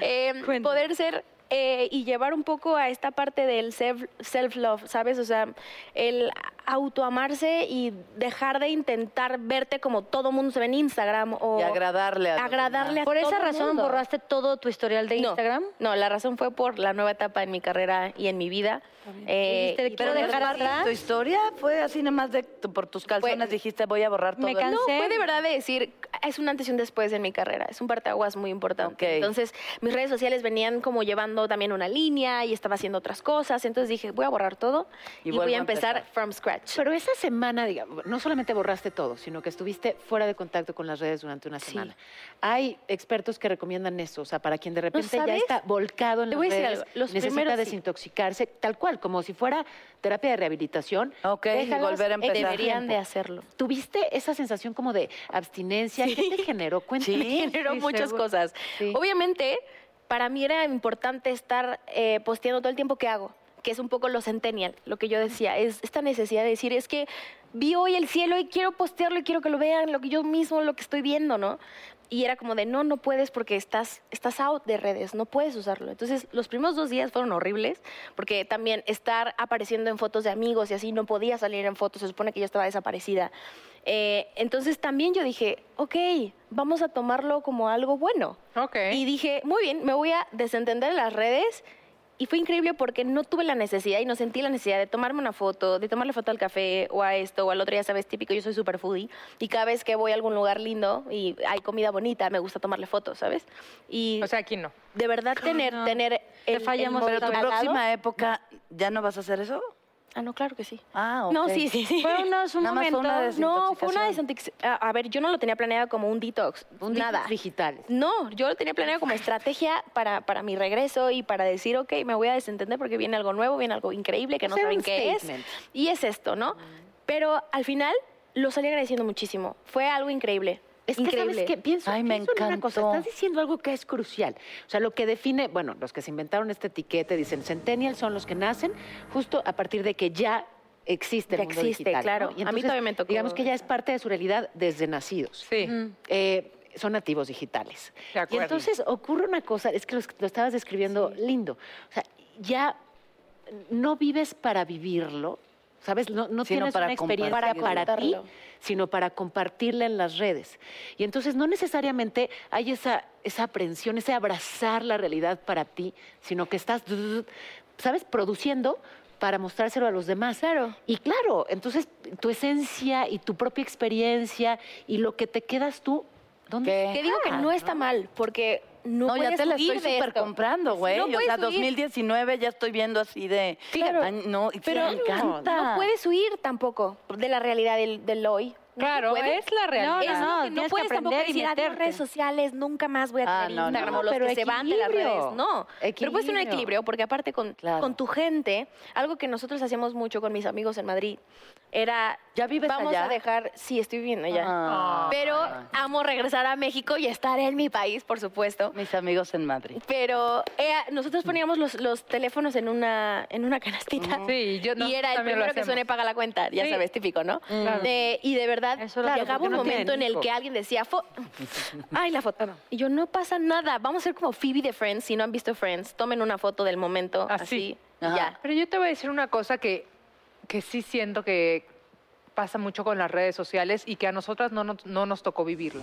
E: Eh, poder ser eh, y llevar un poco a esta parte del self- self-love, ¿sabes? O sea, el autoamarse y dejar de intentar verte como todo mundo se ve en Instagram o
D: Y agradarle a los
E: agradarle a
C: ¿Por
E: todo
C: esa
E: el
C: razón
E: mundo.
C: borraste todo tu historial de
E: No.
C: Instagram?
E: No, la razón fue por la nueva etapa en mi carrera y en mi vida. Eh,
C: Dijiste,
E: y
C: quiero
E: por-
C: dejar atrás.
D: ¿Tu historia fue así nada más de por tus calzones dijiste voy a borrar todo?
C: Me
D: el-
C: cansé.
E: No, fue de verdad de decir, es un antes y un después en mi carrera, es un parteaguas muy importante.
D: Ok.
E: Entonces, mis redes sociales venían como llevando también una línea y estaba haciendo otras cosas, entonces dije, voy a borrar todo
D: Y
E: y, voy
D: vuelvo
E: a
D: a
E: empezar,
D: empezar.
E: from scratch.
H: (laughs) Pero esa semana, digamos, no solamente borraste todo, sino que estuviste fuera de contacto con las redes durante una
E: Sí.
H: semana. Hay expertos que recomiendan eso, o sea, para quien de repente ya
E: sabes?
H: está volcado en
E: Te
H: las
E: voy a decir
H: redes,
E: algo, los
H: necesita
E: primeros sí.
H: desintoxicarse, tal cual, como si fuera terapia de rehabilitación.
D: Ok, y
H: déjalas
D: volver a
H: en
D: empezar.
H: tiempo.
E: Deberían de hacerlo.
H: ¿Tuviste esa sensación como de abstinencia? ¿Qué te
B: (laughs)
H: generó?
E: (laughs)
H: Cuéntame.
E: generó muchas cosas.
H: Sí.
E: Obviamente, para mí era importante estar eh, posteando todo el tiempo que hago, que es un poco lo centennial, lo que yo decía, es esta necesidad de decir, es que vi hoy el cielo y quiero postearlo y quiero que lo vean, lo que yo mismo, lo que estoy viendo, ¿no? Y era como de, no, no puedes porque estás, estás out de redes, no puedes usarlo. Entonces, los primeros dos días fueron horribles, porque también estar apareciendo en fotos de amigos y así, no podía salir en fotos, se supone que yo estaba desaparecida. Eh, entonces, también yo dije, ok, vamos a tomarlo como algo bueno.
G: Ok.
E: Y dije, muy bien, me voy a desentender de las redes. Y fue increíble porque no tuve la necesidad y no sentí la necesidad de tomarme una foto, de tomarle foto al café o a esto o al otro. Ya sabes, típico, yo soy super foodie. Y cada vez que voy a algún lugar lindo y hay comida bonita, me gusta tomarle fotos, ¿sabes? Y
G: O sea, aquí no.
E: de verdad tener,
C: no.
E: tener el,
C: fallamos
E: el
D: Pero tu
E: móvil al lado-
D: próxima época, ¿ya no vas a hacer eso?
E: Ah, no, claro que sí.
D: Ah, ok.
E: No, sí, sí, sí.
C: Fue unos, un
D: Nada más fue
C: momento.
D: una des-
E: No, fue una
D: desintoxicación.
E: desintoxicación. A a ver, yo no lo tenía planeado como un detox.
H: Un
E: nada.
H: detox digitales.
E: No, yo lo tenía planeado como estrategia para, para mi regreso y para decir, ok, me voy a desentender porque viene algo nuevo, viene algo increíble que no
H: Hacer
E: saben
H: un
E: qué es.
H: statement.
E: Y es esto, ¿no? Pero al final lo salí agradeciendo muchísimo. Fue algo increíble.
H: Es que
E: increíble.
H: sabes que pienso,
D: Ay, me
H: pienso en una cosa,
D: encantó.
H: estás diciendo algo que es crucial. O sea, lo que define, bueno, los que se inventaron este etiquete dicen centennials son los que nacen justo a partir de que ya existe el
E: Ya
H: mundo
E: existe,
H: digital, ¿no?
E: claro.
H: Y
E: A mí
H: entonces,
E: todavía me tocó
H: Digamos que ya es parte de su realidad desde nacidos.
G: Sí.
C: Mm,
H: Eh, son nativos digitales.
G: De
H: Y
G: acuerdo.
H: entonces ocurre una cosa, es que los- lo, estabas describiendo lindo. O sea, ya no vives para vivirlo, ¿sabes? No, no
D: Sino
H: tienes
D: para
H: una experiencia para,
D: compartirlo.
H: ti,
E: Contarlo.
H: sino para compartirla en las redes. Y entonces no necesariamente hay esa, esa aprensión, ese abrazar la realidad para ti, sino que estás, ¿sabes? Produciendo para mostrárselo a los demás.
E: Claro.
H: Y claro, entonces tu esencia y tu propia experiencia y lo que te quedas tú, ¿dónde?
D: ¿Qué?
E: Te digo que Ah, no está mal, porque no,
D: No,
E: puedes
D: ya te la
E: huir
D: estoy
E: de
D: super
E: esto.
D: comprando, güey.
E: no
D: o
E: puedes
D: sea,
E: huir.
D: 2019 ya estoy viendo así de.
E: Claro.
D: Ay, no, y sí,
E: Pero
D: me encanta.
E: no puedes huir tampoco de la realidad del, del hoy. No se
G: Claro,
E: puede.
G: es la realidad.
E: Es
C: no,
E: lo que no
C: tienes que
E: puedes tampoco
C: aprender y
E: decir adiós
C: meterte".
E: redes sociales, nunca más voy a
D: Ah,
E: tener
D: no, no,
E: Instagram
D: no.
E: o los
H: Pero
E: que se van de las
H: equilibrio.
E: redes. No, pero puede ser un
H: Equilibrio.
E: equilibrio, porque aparte con,
D: Claro.
E: con tu gente, algo que nosotros hacíamos mucho con mis amigos en Madrid era
D: ¿Ya vives
E: vamos
D: allá?
E: a dejar, sí, estoy viviendo allá.
D: Ah,
E: Pero amo regresar a México y estar en mi país, por supuesto.
D: mis amigos en Madrid.
E: Pero eh, nosotros poníamos los, los teléfonos en una, en una canastita.
G: Sí, yo no,
E: y era el
G: también lo
E: primero que
G: hacemos.
E: suene paga la cuenta, ya
G: Sí.
E: sabes, típico, ¿no?
G: Claro.
E: De- y de verdad,
C: Eso era
E: llegaba
C: porque
E: un
C: no tienen
E: momento en el
C: hijos.
E: que alguien decía, "Fo- ay, la foto. Y yo, no pasa nada, vamos a ser como Phoebe de Friends, si no han visto Friends, tomen una foto del momento, así,
G: Así.
E: y ya.
G: Pero yo te voy a decir una cosa que, que sí siento que pasa mucho con las redes sociales y que a nosotras no nos, no nos tocó vivirlo.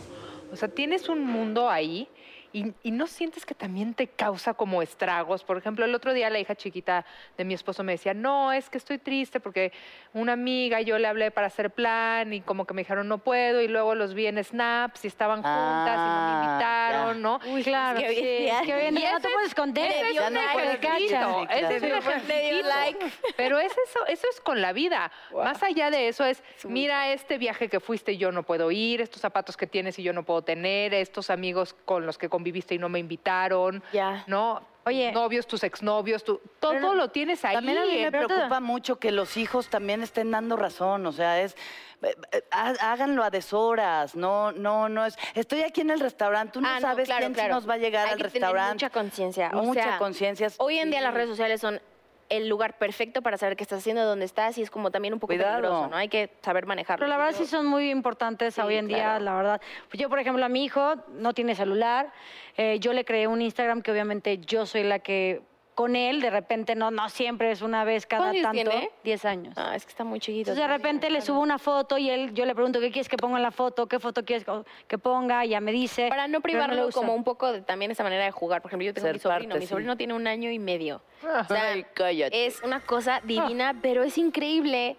G: O sea, tienes un mundo ahí y, y no sientes que también te causa como estragos. Por ejemplo, el otro día la hija chiquita de mi esposo me decía, no, es que estoy triste porque una amiga, yo le hablé para hacer plan y como que me dijeron no puedo y luego los vi en Snaps y estaban juntas
D: Ah,
G: y no me invitaron,
D: ya.
G: ¿no?
C: Uy, claro.
E: Es que hoy en
C: sí,
E: día-
C: es que
G: (laughs)
C: hoy en día
E: Y
C: no
E: eso
C: te puedes esconder.
E: le dio
D: ya no
E: like.
D: puedes
G: Ejemplo,
D: Claro,
G: ese es un
D: claro.
G: ejemplito.
E: Le dio like.
G: Pero es eso, eso es con la vida. Más allá de eso es, mira este viaje que fuiste y yo no puedo ir, estos zapatos que tienes y yo no puedo tener, estos amigos con los que conviviste y no me invitaron,
E: Ya.
G: ¿no?
C: Oye.
G: novios, tus exnovios, tu, todo lo tienes ahí.
D: También a mí me
G: Pero-
D: preocupa mucho que los hijos también estén dando razón, o sea, es eh, eh, há- háganlo a deshoras, no, no, no es. Estoy aquí en el restaurante, tú no
E: Ah, no,
D: sabes
E: claro,
D: quién sí
E: claro.
D: nos va a llegar
E: Hay
D: al
E: que tener
D: restaurante.
E: mucha conciencia, o
D: mucha
E: sea,
D: conciencia.
E: Hoy en día
D: sí.
E: las redes sociales son el lugar perfecto para saber qué estás haciendo, dónde estás, y es como también un poco
D: Cuidado.
E: peligroso, ¿no? Hay que saber manejarlo.
C: Pero la verdad sí son muy importantes
E: Sí,
C: hoy en día,
E: claro.
C: la verdad. Pues yo, por ejemplo, a mi hijo no tiene celular. eh, yo le creé un Instagram que obviamente yo soy la que con él, de repente, no, no siempre es una vez cada
E: ¿Cuántos
C: tanto.
E: años tiene?
C: 10 años.
E: Ah, es que está muy chiquito.
C: Entonces de
E: todavía,
C: repente le
E: claro.
C: subo una foto y él, yo le pregunto qué quieres que ponga en la foto, qué foto quieres co- que ponga, y ya me dice.
E: Para
C: pero
E: no privarlo
C: lo usa.
E: como un poco de también esa manera de jugar. Por ejemplo, yo tengo
D: Ser
E: mi sobrino.
D: parte,
E: mi
D: sí.
E: sobrino tiene un año y medio. O sea,
D: (laughs) Ay, cállate.
E: es una cosa divina, pero es increíble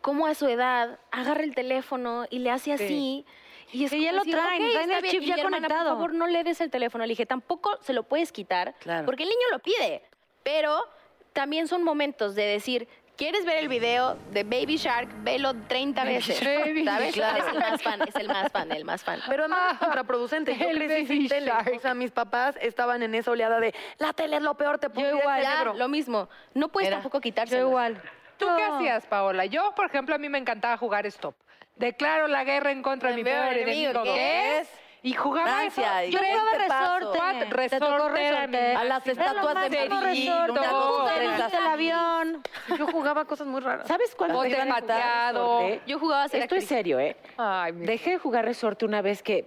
E: cómo a su edad agarra el teléfono y le hace así. Y es
C: Sí, ya
E: como
C: lo
E: decir,
C: traen,
E: "Ok,
C: traen
E: está
C: el
E: bien".
C: chip
E: Y
C: ya
E: mi hermana,
C: conectado.
E: Por favor, no le des el teléfono. Le dije, tampoco se lo puedes quitar,
D: Claro.
E: porque el niño lo pide. Pero también son momentos de decir, ¿quieres ver el video de Baby Shark? Velo 30 veces.
G: Baby
E: ¿Sabes?
G: Shark.
E: Es el más fan, es el más fan, el más fan.
B: Pero además es contraproducente. Yo
G: El
B: crecí sin
G: Baby
B: tele. O
G: Shark.
B: sea, mis papás estaban en esa oleada de la tele es lo peor, te pudre el
E: Ya,
B: cerebro".
E: lo mismo. No puedes
D: Mira,
E: tampoco
C: Yo
E: quitárselo.
C: igual.
G: ¿Tú qué hacías, Paola? Yo, por ejemplo, a mí me encantaba jugar stop. Declaro la guerra en contra de mi peor enemigo, que es... Y jugaba eso.
D: Francia, y
G: Yo
D: este
G: jugaba
D: paso.
G: resorte.
C: Te tocó
G: Resorte era mi
C: resorte.
D: A las
C: Era lo
D: estatuas de
C: máximo,
D: Medellín,
C: resorte,
D: una, dos,
C: puta, no
D: tres, las-
C: viste el avión.
B: Yo jugaba cosas muy raras.
H: ¿Sabes cuándo
G: Bote
H: dejé de jugar
G: pateado.
H: resorte?
E: Yo jugaba a ser
H: Esto es
E: actriz.
H: serio, ¿eh?
G: Ay, mi-
H: Dejé de jugar resorte una vez que,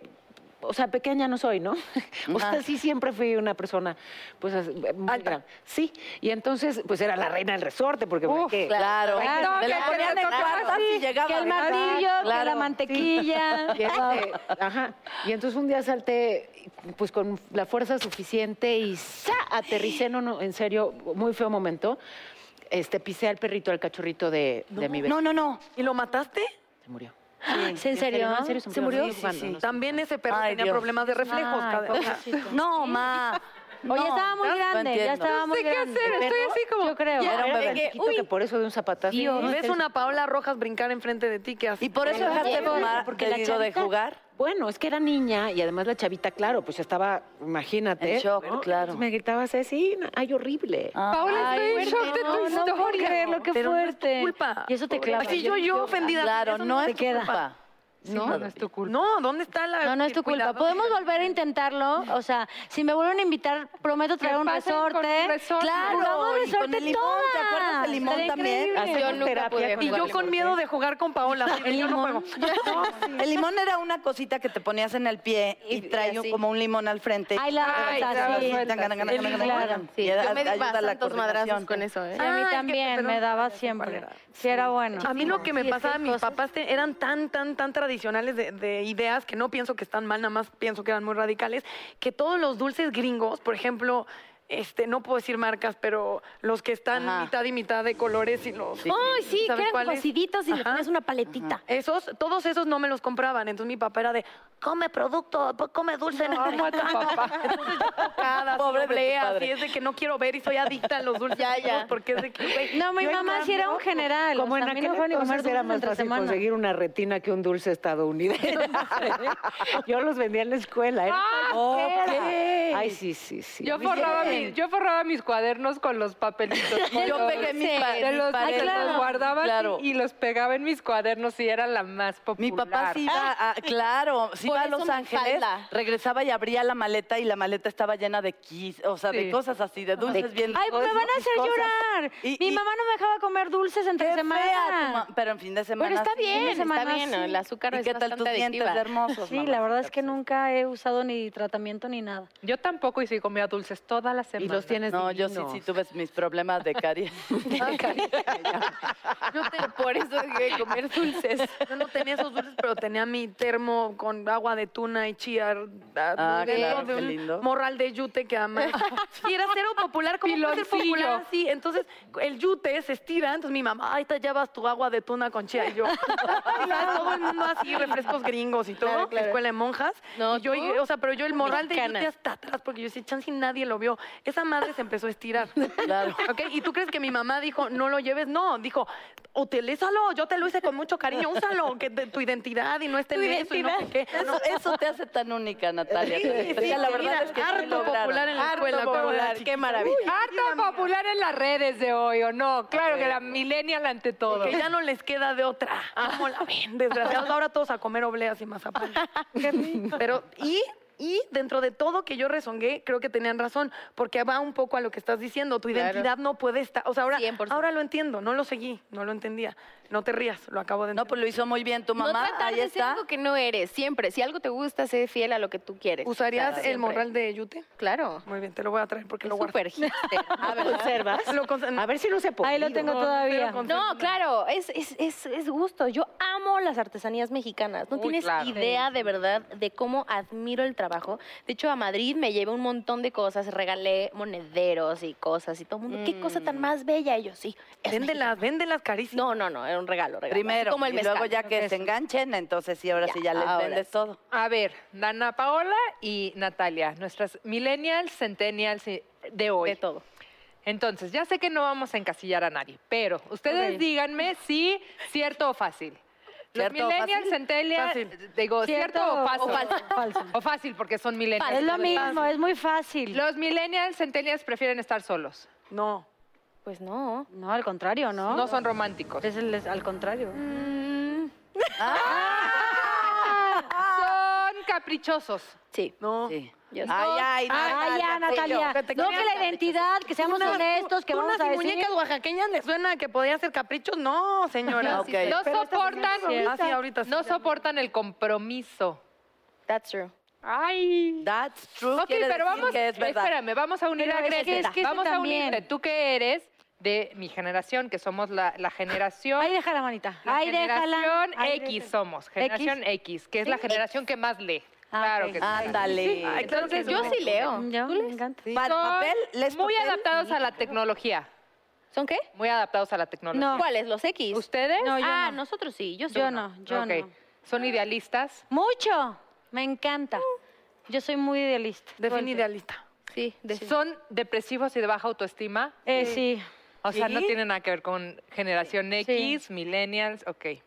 H: o sea, pequeña no soy, ¿no? (laughs) O sea, sí siempre fui una persona, pues, as- muy gran- Sí, y entonces, pues era la reina del resorte, porque
G: Uf,
H: ¿verdad que-
D: Claro,
G: Claro,
D: me
G: que
D: la
G: te
D: ponían en
G: tocaba
D: cuartas
G: así,
D: y llegaba.
C: Que el
D: ¿verdad?
C: martillo, que la
D: Claro.
C: mantequilla.
H: Y este, ajá. Y entonces un día salté, pues con la fuerza suficiente y ¡za! aterricé en uno, en serio, muy feo momento. Este, pisé al perrito, al cachorrito de, de mi bebé.
D: No, no, no.
B: ¿Y lo mataste?
H: Se murió.
C: ¿Es en serio?
H: No, en serio,
C: ¿Se murió?
H: Sí, jugando, no sé.
B: También ese perro
D: Ay,
B: tenía
D: Dios.
B: problemas de reflejos.
C: Ay,
B: cada- o sea,
D: No, ma.
C: Oye,
D: no,
C: estaba muy
D: no
C: grande, ya
D: entiendo.
C: estaba muy
G: sé qué
C: grande.
G: hacer, estoy
C: Pero
G: así como,
C: Yo creo.
D: Era un bebé.
H: Chiquito que por eso de un zapatazo.
B: y ves una Paola Rojas brincar enfrente de ti, ¿qué haces?
D: Y por eso dejaste
B: ¿eh?
D: de fumar,
H: porque la
D: porque digo, de
H: chavita-
D: jugar.
H: Bueno, es que era niña y además la chavita, claro, pues estaba, imagínate.
D: En shock,
H: ¿no?
D: claro.
H: Entonces Me gritaba asesina, ay, horrible.
D: Ah.
G: Paola,
C: Ay,
G: estoy en shock de tu
C: no, no
G: historia.
C: puedo creerlo, qué
B: Pero no es tu
C: fuerte.
B: culpa.
C: Y eso te
B: Pobre-
C: clava.
B: Así yo, yo ofendida.
D: Claro,
B: eso
D: no
B: te
D: es tu
B: queda.
D: culpa.
G: No, no es tu culpa.
B: No, ¿dónde está la.?
C: No, no es tu
B: el
C: culpa.
B: cuidado?
C: Podemos volver a intentarlo. O sea, si me vuelven a invitar, prometo traer un
G: pasen con
C: resorte.
G: resorte.
C: Claro, jugamos
D: y con
C: resorte
D: el limón, ¿te
C: todas.
D: acuerdas del limón
C: Estaría
D: también?
C: increíble.
H: Hacemos
E: yo nunca
H: terapia
E: pude
H: con
B: Y yo
E: jugarle
B: con
E: por
B: miedo de jugar con Paola. así de,
C: El
B: yo no
C: limón.
B: juego.
D: El limón era una cosita que te ponías en el pie y
E: Y- y
D: traía
E: así.
D: como un limón al frente.
C: Ay, la
G: Ay,
C: verdad,
G: daba
C: sí.
G: suelta.
C: El limón.
E: Sí,
D: Y
E: yo me
D: ayuda
E: daba
D: a la
E: tantos madrazos
D: coordinación.
E: con eso, ¿eh?
C: Sí,
B: Ah,
C: a mí
B: es que-
C: también,
B: pero
C: me
B: no
C: daba
B: sabes en
C: siempre.
B: cuál era.
C: Sí, era bueno.
B: A mí lo que me
C: Sí, es
B: pasaba,
C: hay
B: mis
C: cosas.
B: papás te- eran tan, tan, tan tradicionales de, de ideas que no pienso que están mal, nada más pienso que eran muy radicales, que todos los dulces gringos, por ejemplo, este, no puedo decir marcas, pero los que están
D: Ajá.
B: mitad y mitad de colores y los...
E: Ay, sí, que
B: ¿sabes
E: eran
B: cuáles?
E: cosiditas y le
B: Ajá.
E: ponías una paletita.
B: Esos, todos esos no me los compraban. Entonces mi papá era de, come producto, po- come dulce. No, (laughs)
G: Amo a tu papá.
B: Entonces yo tocada,
D: Pobre de
B: Pobre
D: tu
B: así
D: padre.
B: es de que no quiero ver y soy adicta a los dulces.
E: Ya, ya.
B: Porque es de que, güey,
C: No, mi
B: yo en
C: mamá sí era un
B: cambio-
C: general.
H: Como
C: o sea,
H: en
C: a mí
H: aquel
C: no me dejaban ni
H: entonces
C: comer
H: era
C: dulces
H: más
C: entre
H: fácil
C: semana.
H: conseguir una retina que un dulce estadounidense. (laughs) yo los vendía en la escuela. era cualquiera. Ay, sí, sí, sí.
G: Yo forraba, mis, yo forraba mis cuadernos con los papelitos. con
D: Yo
G: los-
D: pegué mis, pa-
G: de
D: mis
G: los,
D: paredes.
G: de los guardaba
D: Claro.
G: y, y los pegaba en mis cuadernos y era la más
D: Mi
G: popular.
D: papá sí iba, a, claro, sí
E: Por
D: iba a
E: eso
D: Los
E: me
D: Ángeles,
E: falda.
D: regresaba y abría la maleta y la maleta estaba llena de kiss, o sea, de
G: Sí.
D: cosas así, de dulces bien
C: Ay, me
D: ricos,
C: van a hacer
D: cosas.
C: llorar.
D: Y-
C: mi
D: y-
C: mamá no me dejaba comer dulces entre
D: Qué fea tu
C: semana.
D: ma- pero en fin de semana.
E: Pero está
D: sí.
E: bien, está
C: semana
E: bien.
C: sí.
E: El azúcar
D: ¿Y
E: es
D: qué tal tus
E: bastante
D: dientes
E: adictiva.
D: hermosos?
C: Sí,
D: mamá?
C: la verdad es que nunca he usado ni tratamiento ni nada.
G: Yo tampoco y sí comía dulces toda la semana.
H: Y los tienes
D: No, yo sí, sí
H: divinos.
D: tuve mis problemas de caries.
B: (laughs)
E: No te- por eso dejé de comer dulces.
B: Yo no tenía esos dulces, pero tenía mi termo con agua de tuna y chía.
D: Ah,
B: Ah,
D: claro,
B: de
D: qué
B: un
D: lindo.
B: Morral de yute que ama. (laughs) Y era cero popular, ¿cómo puede ser
G: Piloncillo.
B: popular así? Entonces, el yute se estira, entonces mi mamá, ahí te llevas tu agua de tuna con chía. Y yo, (laughs) claro, todo el mundo así, refrescos gringos y todo,
E: Claro, claro.
B: escuela de monjas.
E: No,
B: Y yo,
E: tú,
B: o sea, pero yo el morral de
E: mexicana.
B: yute hasta atrás, porque yo decía, chance y nadie lo vio. Esa madre se empezó a estirar.
D: (laughs) Claro.
B: ¿Ok? ¿Y tú crees que mi mamá dijo, no lo lleves? No, dijo, utilízalo, yo te lo hice con mucho cariño, úsalo, que te- tu identidad y no esté
E: Tu
B: en eso y no sé qué.
D: Eso, eso te hace tan única, Natalia. O sea, la verdad
B: Mira,
D: es que sí
B: harto
D: lograron.
B: popular en la escuela. cuando era chiquita.
G: Harta popular en las redes de hoy, ¿o no? Claro que la millennial ante todo.
B: Que ya no les queda de otra. ¿Cómo la ven? Desgraciados, ahora todos a comer obleas y mazapán. Pero, y, y dentro de todo que yo rezongué, creo que tenían razón, porque va un poco a lo que estás diciendo. Tu identidad no puede estar. O sea, ahora,
E: 100%.
B: ahora lo entiendo, no lo seguí, no lo entendía. No te rías, lo acabo de
D: No,
B: entender.
D: pues lo hizo muy bien tu mamá.
E: no tratar
D: ahí
E: de ser
D: está.
E: algo que no eres. Siempre, si algo te gusta, sé fiel a lo que tú quieres.
B: ¿Usarías
E: Claro,
B: el
E: siempre.
B: morral de Yute?
E: Claro.
B: Muy bien, te lo voy a traer porque
E: Es
B: lo Ah, guardo.
E: (laughs) súper hipster.
H: A ver, observas.
B: (laughs) Lo cons-
H: A ver si no se puede.
C: Ahí lo tengo todavía.
E: No, claro, es, es, es, es gusto. Yo amo las artesanías mexicanas. No
G: Uy,
E: tienes
G: claro.
E: idea de verdad de cómo admiro el trabajo. De hecho, a Madrid me llevé un montón de cosas, regalé monederos y cosas y todo el mundo. Qué cosa tan más bella. Y yo, sí. es mexicana.
B: Véndelas, véndelas carísimas.
E: No, no, no, era un regalo, regalo.
D: Primero,
E: Así como el
D: y luego
E: mezcal.
D: ya que se enganchen, entonces sí, ahora
E: Ya,
D: sí ya les
E: ahora
D: vendes todo.
G: A ver, Dana Paola y Natalia, nuestras millennials, centennials y- de hoy.
E: De todo.
G: Entonces, ya sé que no vamos a encasillar a nadie, pero ustedes díganme si cierto o fácil. Los
D: ¿Cierto o
G: millennials,
D: fácil?
G: centennials, digo, cierto, o fácil.
C: falso.
G: O fácil, porque son millennials.
C: Es lo mismo, es muy fácil.
G: Los millennials, centennials prefieren estar solos.
B: No.
E: Pues no.
C: No, al contrario, ¿no?
G: No son románticos.
C: Es el- es al contrario.
G: Son caprichosos.
E: Sí.
B: No.
D: Sí.
E: Yo sí.
D: Ay, ay,
C: Ah, ya, Natalia.
B: que te
C: No, que
B: creas,
C: la identidad, que seamos honestos, que
B: Tú
C: vamos
B: unas
C: a decir.
B: muñecas oaxaqueñas le suena que podía ser caprichos? No, señora.
D: Ah, ok.
G: No
C: Pero esta
G: soportan,
C: señora es
B: Ah, sí, ahorita sí.
G: no soportan el compromiso.
E: That's true.
G: Ay.
D: That's true.
G: Ok,
D: quiere decir
G: pero vamos,
D: que es verdad.
G: espérame, vamos a unir
C: Pero
G: a
C: es que-
G: Greta.
C: es que ese
G: vamos a
C: también.
G: unirte. Tú que eres de mi generación, que somos la, la generación.
C: Ahí deja la manita.
G: la
C: Ahí déjala.
G: generación
C: ahí
G: X
C: déjala.
G: somos, generación X, que es la generación que más lee.
C: Ah,
G: claro
C: ok.
G: que sí.
D: Ándale.
B: Ay, claro que
G: Entonces,
B: no.
G: yo
E: Pues
G: sí leo.
C: Yo, me encanta.
D: Pa-
G: Son
D: papel, ¿les
G: muy
D: papel?
G: adaptados a la tecnología.
E: ¿Son qué?
G: Muy adaptados a la tecnología.
E: ¿Cuáles? ¿Los X?
G: ¿Ustedes?
C: No, yo
E: ah,
C: no.
E: nosotros sí. Yo, sí
C: Yo
E: uno.
C: no, yo
G: Ok.
C: no. Ah.
G: Son idealistas.
C: Mucho. Me encanta. Yo soy muy idealista.
B: Define idealista.
E: Sí, de
G: Son depresivos y de baja autoestima.
C: Eh, sí.
G: O sea, no
B: Sí.
G: tienen nada que ver con generación X, millennials, ok.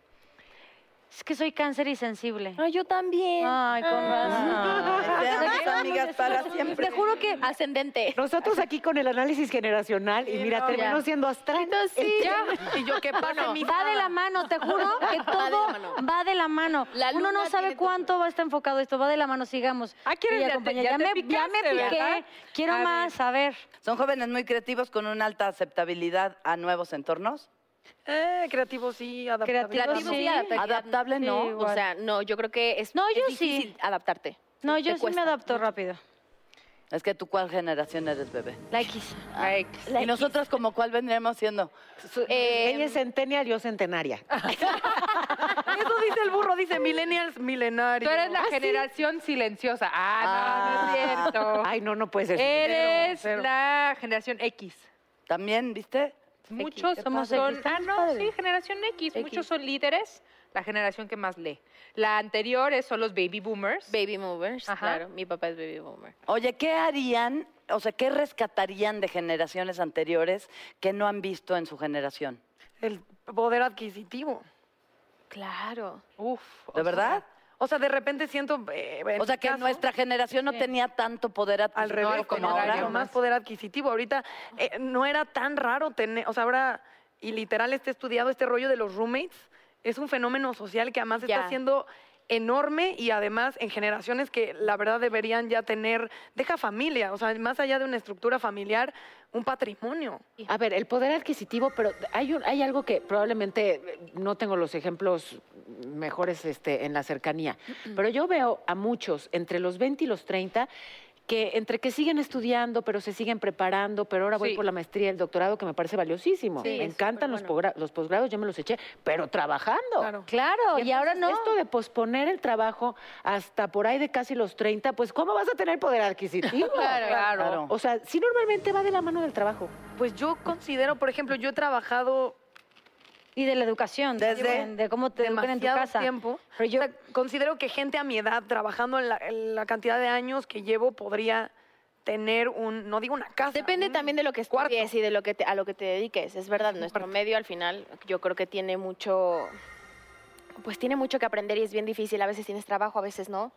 C: Es que soy cáncer y sensible.
G: Ah,
E: Ay, yo también.
C: Ay, con razón.
D: Seamos amigas para siempre.
E: Te juro que ascendente.
H: Nosotros aquí con el análisis generacional y mira, terminó siendo astral.
G: Ya.
B: (laughs) Y yo, ¿qué pasa? mi
C: Va de la mano, te juro que
E: Va de la
C: todo
E: mano.
C: va de la mano.
E: La
C: Uno
E: luna
C: no sabe
E: tiene tu-
C: cuánto va a estar enfocado esto, va de la mano, sigamos.
G: Ah, ¿quieres?
C: Ella,
G: Ya te-
C: compañera,
G: ya
C: ya,
G: te
C: me, ya me
G: picaste,
C: piqué.
G: ¿verdad?
C: Quiero
G: A ver.
C: más, a ver.
D: Son jóvenes muy creativos con una alta aceptabilidad a nuevos entornos.
B: Eh, creativo sí, adaptable.
C: Creativo
E: Creativo
C: sí.
E: sí, adaptabilidad
D: Adaptable
E: sí,
D: no.
E: O sea, no, yo creo que es,
C: No,
E: es
C: yo sí.
E: difícil adaptarte.
C: No,
E: Te
C: yo sí me
E: cuesta.
C: adapto rápido.
D: Es que tú cuál generación eres, bebé.
C: La X.
G: A X.
D: y nosotras como cuál vendríamos siendo.
H: em,
E: Eh,
H: Ella es centennial, yo centenaria.
I: Eso dice el burro, dice millennials,
G: Tú
I: milenarios.
G: eres la generación silenciosa. Ah, no, no es
B: Ah.
G: cierto.
D: Ay, no, no puede ser.
G: Eres
I: cero.
G: la generación X.
B: También, ¿viste?
G: Muchos
C: X,
G: somos
C: somos
G: son,
C: X,
G: ah,
C: somos
G: no,
C: padres.
G: sí, generación X.
C: X.
G: Muchos son líderes, la generación que más lee. La anterior es, son los baby boomers.
E: Baby movers,
G: Ajá.
E: claro. Mi papá es baby boomer.
B: Oye, ¿qué harían, o sea, qué rescatarían de generaciones anteriores que no han visto en su generación?
I: El poder adquisitivo.
E: Claro.
G: Uf. o
B: ¿De
G: sea,
B: verdad?
I: O sea, de repente siento. eh, en
B: O sea,
I: mi
B: que
I: caso,
B: nuestra generación no tenía tanto poder
I: Al
B: adquisitivo
I: revés,
B: como
I: tenía
B: ahora.
I: mucho más poder adquisitivo. Ahorita eh, no era tan raro tener. O sea, ahora. Y literal está estudiado este rollo de los roommates. Es un fenómeno social que además
E: Ya.
I: está siendo enorme y además en generaciones que la verdad deberían ya tener. Deja familia. O sea, más allá de una estructura familiar, un patrimonio.
D: A ver, el poder adquisitivo, pero hay, un- hay algo que probablemente eh, no tengo los ejemplos mejores este, en la cercanía, pero yo veo a muchos entre los 20 y los 30 que entre que siguen estudiando, pero se siguen preparando, pero ahora voy
G: Sí.
D: por la maestría, el doctorado, que me parece valiosísimo.
E: Sí,
D: me
E: es
D: encantan los, pogra- los posgrados, yo me los eché, pero trabajando.
I: Claro.
E: Claro, y,
D: entonces,
E: ahora no.
D: Esto de posponer el trabajo hasta por ahí de casi los 30, pues ¿cómo vas a tener poder adquisitivo?
G: Claro, claro.
B: Claro.
D: O sea, sí normalmente va de la mano del trabajo.
I: Pues yo considero, por ejemplo, yo he trabajado
C: Y de la educación.
B: Desde-
C: también, de cómo te educan en tu
I: demasiado
C: casa.
I: tiempo.
C: Pero yo,
I: O sea, considero que gente a mi edad, trabajando en la, en la cantidad de años que llevo, podría tener un, no digo una casa.
E: Depende
I: un-
E: también de lo que
I: cuarto.
E: estudies y de lo que te- a lo que te dediques. Es verdad, nuestro medio al final yo creo que tiene mucho, pues tiene mucho que aprender y es bien difícil. A veces tienes trabajo, a veces no.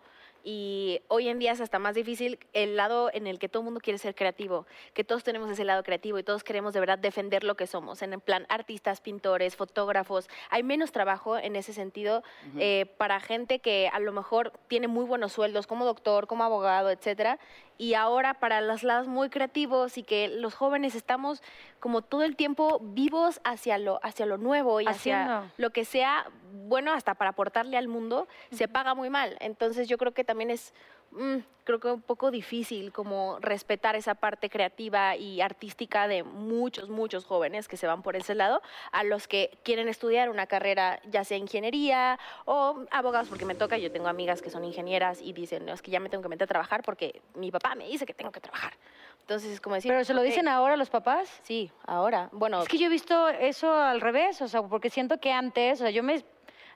E: Y hoy en día es hasta más difícil el lado en el que todo el mundo quiere ser creativo, que todos tenemos ese lado creativo y todos queremos de verdad defender lo que somos. En el plan, artistas, pintores, fotógrafos, hay menos trabajo en ese sentido eh, para gente que a lo mejor tiene muy buenos sueldos como doctor, como abogado, etcétera. Y ahora para los lados muy creativos y que los jóvenes estamos como todo el tiempo vivos hacia lo, hacia lo nuevo y hacia
C: Haciendo.
E: lo que sea bueno hasta para aportarle al mundo, se paga muy mal. Entonces yo creo que también es, mm, creo que un poco difícil como respetar esa parte creativa y artística de muchos, muchos jóvenes que se van por ese lado, a los que quieren estudiar una carrera ya sea ingeniería o abogados, porque me toca, yo tengo amigas que son ingenieras y dicen, no, es que ya me tengo que meter a trabajar porque mi papá me dice que tengo que trabajar. Entonces es como decir...
C: pero se lo
E: "Ok".
C: dicen ahora los papás.
E: Sí, ahora. Bueno,
C: Es que yo he visto eso al revés, o sea, porque siento que antes, o sea, yo me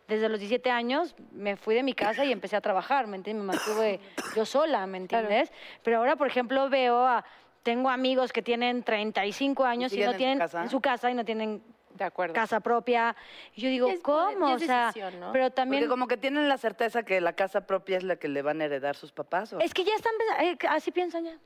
C: desde los 17 años me fui de mi casa y empecé a trabajar, ¿me entiendes? Me mantuve yo sola, ¿me entiendes? Pero ahora, por ejemplo, veo a tengo amigos que tienen 35 años y,
B: siguen
C: no
B: en su
C: tienen
B: casa?
C: en su casa y no tienen
G: De acuerdo.
C: casa propia. Y yo digo,
E: es poder,
C: ¿cómo?
E: ya
C: O
E: es
C: sea,
E: decisión, ¿no?
C: pero también
B: Porque como que tienen la certeza que la casa propia es la que le van a heredar sus papás. ¿o?
C: es que ya están eh, así piensan ya.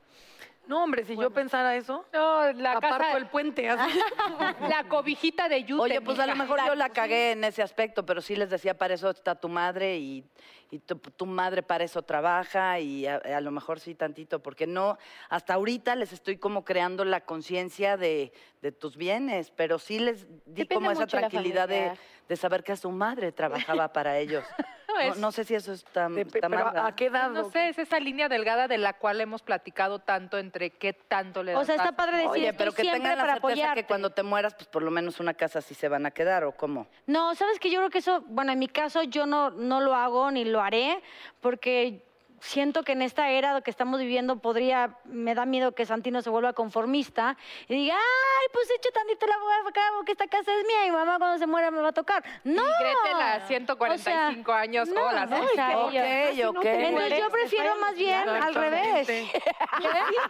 I: No, hombre, si yo pensara eso,
G: No, la
I: aparto
G: casa,
I: el puente. así.
G: (laughs) la cobijita de Yute.
B: Oye, pues a lo
G: mija.
B: mejor yo la cagué en ese aspecto, pero sí les decía, para eso está tu madre y, y tu, tu madre para eso trabaja y a, a lo mejor sí tantito, porque no, hasta ahorita les estoy como creando la conciencia de, de tus bienes, pero sí les di
E: Depende
B: como esa
E: mucho de la
B: tranquilidad de,
E: familiar.
B: de saber que su madre trabajaba para ellos. No,
G: es-
B: no sé si eso está,
I: De-
B: está
I: pero
B: mal.
I: ¿a-
B: ¿verdad?
I: ¿a qué edad?
G: No sé, es esa línea delgada de la cual hemos platicado tanto entre qué tanto le
C: O
G: das
C: sea, está
G: a-
C: padre decir,
B: Oye,
C: estoy
B: pero que
C: siempre
B: tengan la
C: para
B: certeza
C: apoyarte.
B: que cuando te mueras, pues por lo menos una casa sí se van a quedar, ¿o cómo?
C: No, sabes que yo creo que eso, bueno, en mi caso yo no, no lo hago ni lo haré porque siento que en esta era que estamos viviendo podría, me da miedo que Santino se vuelva conformista y diga, ay, pues he hecho tantito la abogada acá porque esta casa es mía y mamá cuando se muera me va a tocar. No.
G: Y Gretel a 145 años, hola,
C: no,
G: ¿no?
C: o sea,
B: Ok,
C: ellos-
B: ok.
C: Entonces yo prefiero más bien
I: Claro,
C: al revés.
I: totalmente.
C: (laughs)
G: (laughs)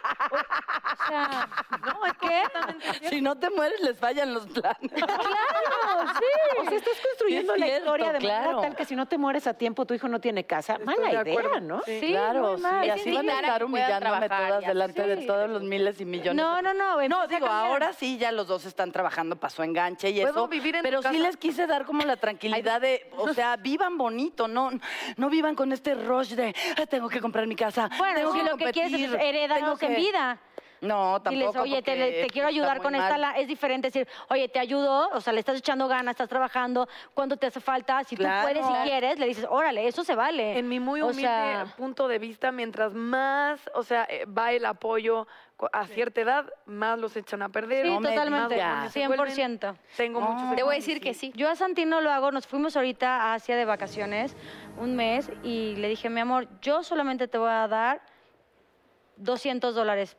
C: O sea, ¿qué?
B: Si no te mueres, les fallan los planes.
D: (laughs)
C: Claro, sí.
D: O sea, estás construyendo
B: Sí, es
D: la
B: cierto,
D: historia de
B: claro.
D: manera tal que si no te mueres a tiempo, tu hijo no tiene casa. Mala
I: de
D: idea,
I: acuerdo.
D: ¿no?
I: Sí.
B: claro,
C: muy mal.
B: sí,
C: Es
B: así van a
E: indignar a
B: estar
E: que puedan
B: humillándome
E: trabajar
B: todas
E: y así.
B: delante de todos los miles y millones.
C: No, pues, no, no.
B: No,
C: empieza a
B: digo,
C: cambiar.
B: ahora sí ya los dos están trabajando para su enganche y
I: Puedo
B: eso.
I: vivir en
B: pero
I: tu
B: sí
I: casa.
B: les quise dar como la tranquilidad de, o
C: (laughs)
B: sea, vivan bonito, no, no vivan con este rush de "Ah, tengo que comprar mi casa.
C: Bueno,
B: tengo
C: si lo que quieres es
B: competir,
C: heredarnos
B: tengo
C: en
B: que-".
C: vida.
B: No, tampoco.
C: Diles, oye, te,
B: porque
C: te quiero
B: está
C: ayudar
B: muy
C: con esta.
B: mal.
C: la-". es diferente decir, oye, te ayudo, o sea, le estás echando ganas, estás trabajando, cuando te hace falta, si
B: Claro.
C: tú puedes y quieres, le dices, órale, eso se vale.
I: En mi muy
C: O
J: este
I: humilde
C: sea,
I: punto de vista, mientras más, o sea, eh, va el apoyo,
J: co- a cierta edad más los echan a perder.
C: Sí,
J: más
C: totalmente.
J: demonios se vuelven.
C: 100%.
J: Tengo muchos.
E: Te voy a decir que sí.
C: Yo a Santi no lo hago, nos fuimos ahorita a Asia de vacaciones un mes y le dije, mi amor, yo solamente te voy a dar 200 dólares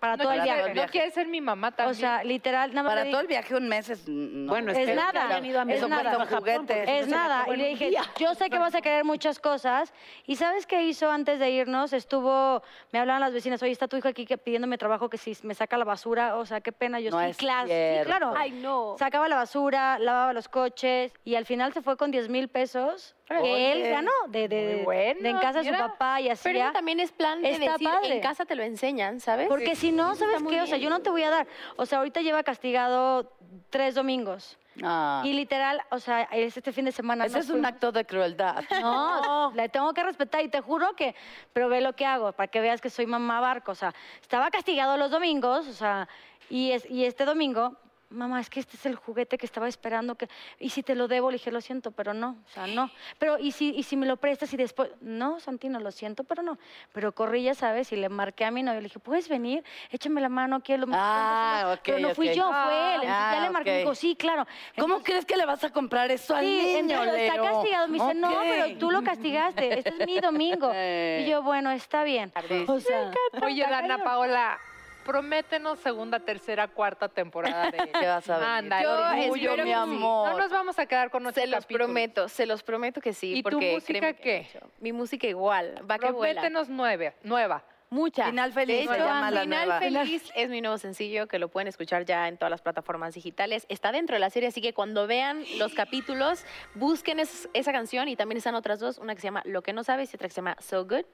C: para todo el
G: quiere-
C: viaje.
G: no quiere ser mi mamá también.
C: o sea, literal, nada más
B: Para
C: le
B: todo
C: dije-
B: el viaje un mes es... no.
D: Bueno,
C: Es
D: espero que
C: nada,
D: hayan ido a
C: es
B: Eso
D: México,
B: cuesta
C: nada.
B: un
D: a Japón,
B: juguete.
D: porque si
C: Es
D: no se me
C: nada.
D: acabó
C: Y
D: en
C: le
D: un
C: dije,
D: día.
C: yo sé que vas a querer muchas cosas. ¿Y sabes qué hizo antes de irnos? Estuvo, me hablaban las vecinas, oye, está tu hijo aquí que pidiéndome trabajo que si me saca la basura, o sea, qué pena, yo
B: No
C: sí,
B: es
C: claro, sí,
B: cierto.
C: claro.
E: Ay, no.
C: Sacaba la basura, lavaba los coches y al final se fue con 10 mil pesos que él ganó de, de,
G: Muy bueno,
C: de en casa de su
G: mira.
C: papá y así.
E: Pero eso también es plan de
C: Está
E: decir,
C: padre.
E: en casa te lo enseñan, ¿sabes?
C: Porque si no,
E: Eso está
C: ¿sabes
E: muy
C: qué? O sea, yo
E: bien.
C: no te voy a dar. O sea, ahorita lleva castigado tres domingos.
B: Ah,
C: Y literal, o sea, es este fin de semana.
B: ese
C: nos
B: es un
C: fuimos-
B: acto de crueldad.
C: No, la tengo que respetar y te juro que, pero ve lo que hago, para que veas que soy mamá barco. O sea, estaba castigado los domingos, o sea, y, es- y este domingo, mamá, es que este es el juguete que estaba esperando, que, y si te lo debo, le dije, lo siento, pero no, o sea, no. Pero, ¿y si, y si me lo prestas y después? No, Santino, lo siento, pero no. Pero corrí, ya sabes, y le marqué a mi novio, le dije, ¿puedes venir? Échame la mano, quiero.
B: Ah, ok,
C: Pero no fui
B: ok.
C: yo, fue él. Entonces, ya
B: Ah,
C: le marqué,
B: ok.
C: dijo, sí, claro.
B: ¿Cómo
C: Entonces-
B: crees que le vas a comprar eso al
C: Sí,
B: niño,
C: entonces está
B: Leo?
C: castigado. Me dice, no,
B: Ok.
C: pero tú lo castigaste. Este es mi domingo.
E: eh,
C: Y yo, bueno, está bien.
B: Sí.
C: O sea,
G: Oye, Dana Paola, prométenos segunda, tercera, cuarta temporada
E: (laughs)
G: de
B: Te vas a ver.
C: Ah,
G: Anda, el
E: Yo
G: orgullo,
E: espero que
G: mi
E: sí.
G: amor. No nos vamos a quedar con
E: Se
G: nuestros
E: los
G: capítulos.
E: prometo, se los prometo que sí.
G: ¿Y tu
E: porque
G: música
E: créeme que
G: qué?
E: mucho. Mi música igual, va que vuela.
G: Prométenos nueve, nueva.
E: Mucha.
B: Final feliz
E: De
B: se llama la
E: Final
B: nueva.
E: Feliz es mi nuevo sencillo que lo pueden escuchar ya en todas las plataformas digitales. Está dentro de la serie, así que cuando vean los capítulos, busquen es- esa canción y también están otras dos, una que se llama Lo que no sabes y otra que se llama So Good.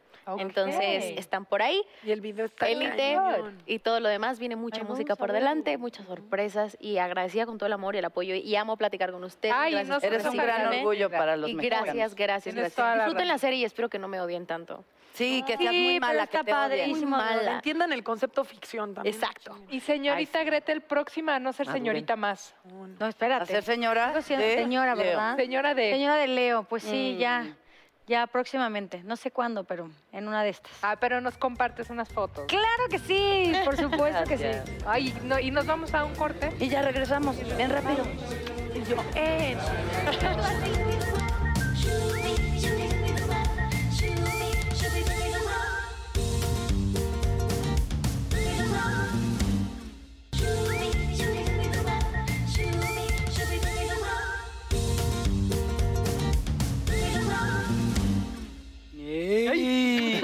E: Entonces están por ahí.
J: Y el video está
E: Elite
J: cañón.
E: y todo lo demás. Viene mucha
G: Ay,
E: música
G: vamos
E: por
G: a ver.
E: delante, muchas sorpresas y agradecida con todo el amor y el apoyo y amo platicar con ustedes.
G: Ay,
E: gracias
G: nos
E: por
B: Eres un gran
E: recibirme.
B: orgullo para los
E: Y
B: mexicanos.
E: gracias, gracias,
G: Tienes
E: gracias.
G: toda la
E: Disfruten la
G: razón.
E: serie y espero que no me odien
G: (laughs)
E: tanto.
B: Sí, que
C: Sí,
B: seas muy
C: pero
B: mala,
C: está
B: que te odien.
C: padrísimo.
E: mala.
J: Entiendan el concepto ficción también.
E: Exacto.
G: Y señorita Gretel, próxima a no ser
B: Maduren.
G: señorita más.
C: no,
B: A ser
C: espérate.
B: señora
C: Sigo siendo
B: de
C: señora,
B: Leo.
E: ¿Ah?
C: ¿verdad?
G: Señora de...
C: Señora de Leo, pues sí,
B: Mm.
C: ya. Ya próximamente. No sé cuándo, pero en una de estas.
G: Ah, pero nos compartes unas fotos.
C: Claro que sí, por supuesto que sí.
B: Gracias.
G: Ay, no, y nos vamos a un corte.
B: Y ya regresamos. Ven rápido. Ey.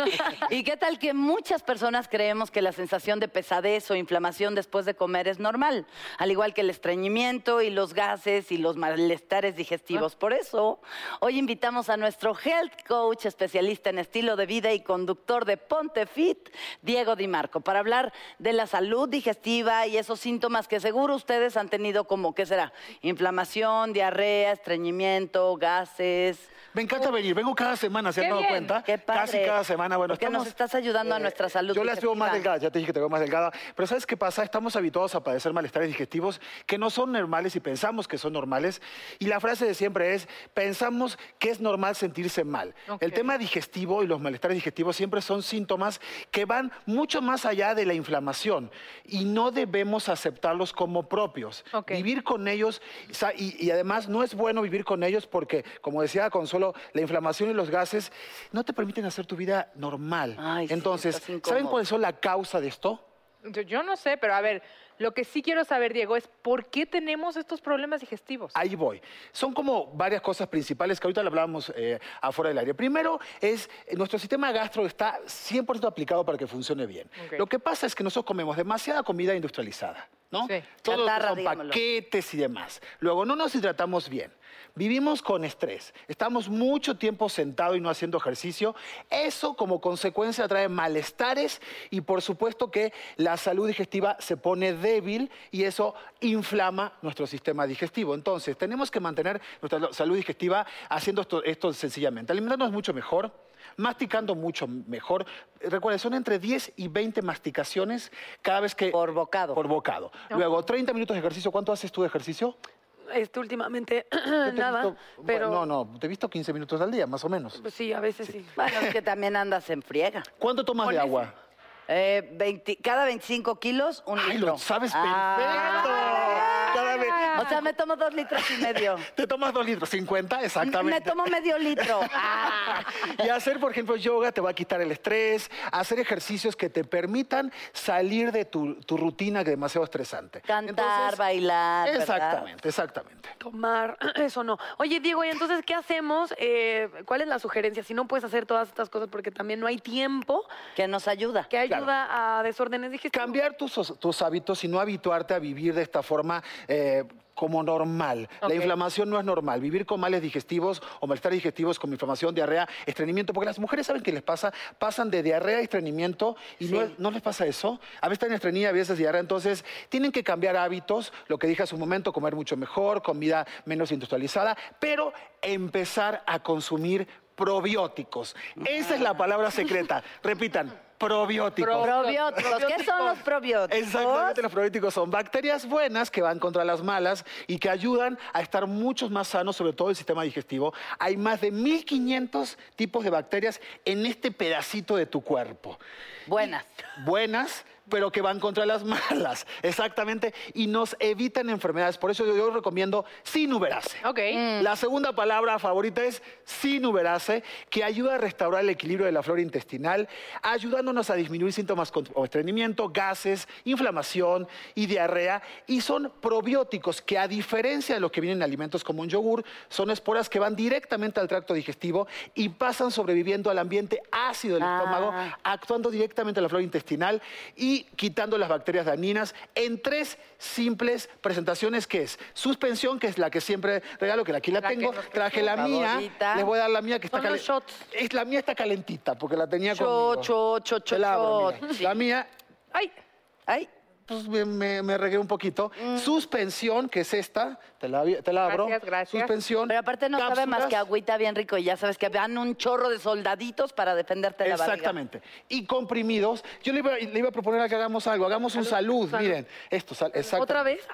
B: ¿Y qué tal que muchas personas creemos que la sensación de pesadez o inflamación después de comer es normal? Al igual que el estreñimiento y los gases y los malestares digestivos. Por eso, hoy invitamos a nuestro health coach, especialista en estilo de vida y conductor de Ponte Fit, Diego Di Marco, para hablar de la salud digestiva y esos síntomas que seguro ustedes han tenido como, ¿qué será? Inflamación, diarrea, estreñimiento, gases.
K: Me encanta venir, vengo cada semana, ¿se han
G: ¡Qué
K: dado
G: bien!
K: cuenta?
B: Qué padre.
K: Casi cada semana, bueno,
B: Porque nos
K: estamos-
B: estás ayudando
G: eh,
B: a nuestra salud.
K: Yo las veo más
B: digestiva.
K: delgadas, ya te dije que te veo más delgada, pero ¿sabes qué pasa? Estamos habituados a padecer malestares digestivos que no son normales y pensamos que son normales. Y la frase de siempre es, pensamos que es normal sentirse mal. El tema digestivo y los malestares digestivos siempre son síntomas que van mucho más allá de la inflamación y no debemos aceptarlos como propios.
G: Ok.
K: Vivir con ellos, sa- y, y además no es bueno vivir con ellos porque, como decía Consuelo, la inflamación y los gases no te permiten hacer tu vida normal.
B: Ay, sí,
K: Entonces,
B: estás incómodo.
K: ¿saben cuál es la causa de esto?
G: Yo, yo no sé, pero a ver, lo que sí quiero saber, Diego, es por qué tenemos estos problemas digestivos.
K: Ahí voy. Son como varias cosas principales que ahorita le hablábamos eh, afuera del aire. Primero es, eh, nuestro sistema gastro está 100% aplicado para que funcione bien.
G: Ok.
K: Lo que pasa es que nosotros comemos demasiada comida industrializada, ¿no?
G: Sí.
K: Todo lo que
B: Chatarra,
K: son
B: digámoslo.
K: paquetes y demás. Luego, no nos hidratamos bien. Vivimos con estrés, estamos mucho tiempo sentados y no haciendo ejercicio. Eso como consecuencia trae malestares y por supuesto que la salud digestiva se pone débil y eso inflama nuestro sistema digestivo. Entonces, tenemos que mantener nuestra salud digestiva haciendo esto, esto sencillamente. Alimentarnos mucho mejor, masticando mucho mejor. Recuerden, son entre 10 y 20 masticaciones cada vez que...
B: Por bocado.
K: Por bocado. Luego, 30 minutos de ejercicio. ¿Cuánto haces tú de ejercicio?
J: Este, últimamente,
K: Yo te he
J: nada.
K: visto-
J: Ah, pero
K: No, no, te he visto 15 minutos al día, más o menos.
J: pues sí, a veces sí.
B: Bueno, es que también andas en friega.
K: ¿Cuánto tomas de agua?
B: Eh, 20 cada 25 kilos, un
G: Ay,
B: litro.
G: lo sabes perfecto.
B: Ah.
G: Cada vez-
B: O sea, me tomo dos litros y medio.
G: (laughs) Te tomas dos litros, 50,
B: Me
G: exactamente.
B: tomo medio
G: (laughs)
B: litro. Ah.
G: Y hacer, por ejemplo, yoga te va a quitar el estrés, hacer ejercicios que te permitan salir de tu, tu rutina que es demasiado estresante.
B: Cantar,
G: Entonces,
B: bailar. ¿verdad?
G: Exactamente, exactamente.
D: Tomar, (clears throat) eso no. Oye, Diego, ¿y entonces qué hacemos? Eh, ¿Cuál es la sugerencia? Si no puedes hacer todas estas cosas porque también no hay tiempo,
B: Que nos ayuda.
D: que ayuda
G: Claro.
D: a desórdenes dijiste?
G: Cambiar tus, tus hábitos y no habituarte a vivir de esta forma eh, como normal. La inflamación no es normal. Vivir con males digestivos o malestares digestivos como inflamación, diarrea, estreñimiento, porque las mujeres saben que les pasa, pasan de diarrea a estreñimiento y no, es- no les pasa eso. A veces están estreñidas, a veces diarrea. Entonces, tienen que cambiar hábitos, lo que dije hace un momento, comer mucho mejor, comida menos industrializada, pero empezar a consumir probióticos. Esa es la palabra secreta. Repitan, probióticos.
B: Probióticos. ¿Qué son los probióticos?
G: Exactamente, los probióticos son bacterias buenas que van contra las malas y que ayudan a estar muchos más sanos, sobre todo el sistema digestivo. Hay más de 1500 tipos de bacterias en este pedacito de tu cuerpo.
B: Buenas.
G: Buenas, pero que van contra las (laughs) malas, exactamente, y nos evitan enfermedades. Por eso yo, yo recomiendo sinuberase.
E: Ok.
G: La segunda palabra favorita es sinuberase, que ayuda a restaurar el equilibrio de la flora intestinal, ayudándonos a disminuir síntomas como estreñimiento, gases, inflamación y diarrea. Y son probióticos que, a diferencia de los que vienen en alimentos como un yogur, son esporas que van directamente al tracto digestivo y pasan sobreviviendo al ambiente ácido del estómago, actuando directamente a la flora intestinal y quitando las bacterias dañinas en tres simples presentaciones que es suspensión, que es la que siempre regalo, que aquí la tengo, traje la mía,
B: Favorita.
G: les voy a dar la mía que está
D: Son los
G: calen- Es la mía está calentita porque la tenía
B: Cho,
G: conmigo.
B: cho, cho, cho,
G: Te la abro,
B: cho.
G: mira. La mía
D: Ay,
B: Ay,
G: pues me, me, me regué un poquito. Suspensión, que es esta, te la, te la abro.
E: Gracias, gracias.
G: Suspensión.
B: pero aparte no sabe más
G: cápsulas.
B: que agüita bien rico y ya sabes que van un chorro de soldaditos para defenderte la barriga.
G: Exactamente. Y comprimidos. Yo le iba, le iba a proponer a que hagamos algo. Hagamos un salud. Miren, esto, sal- Ah, exacto.
D: ¿otra vez?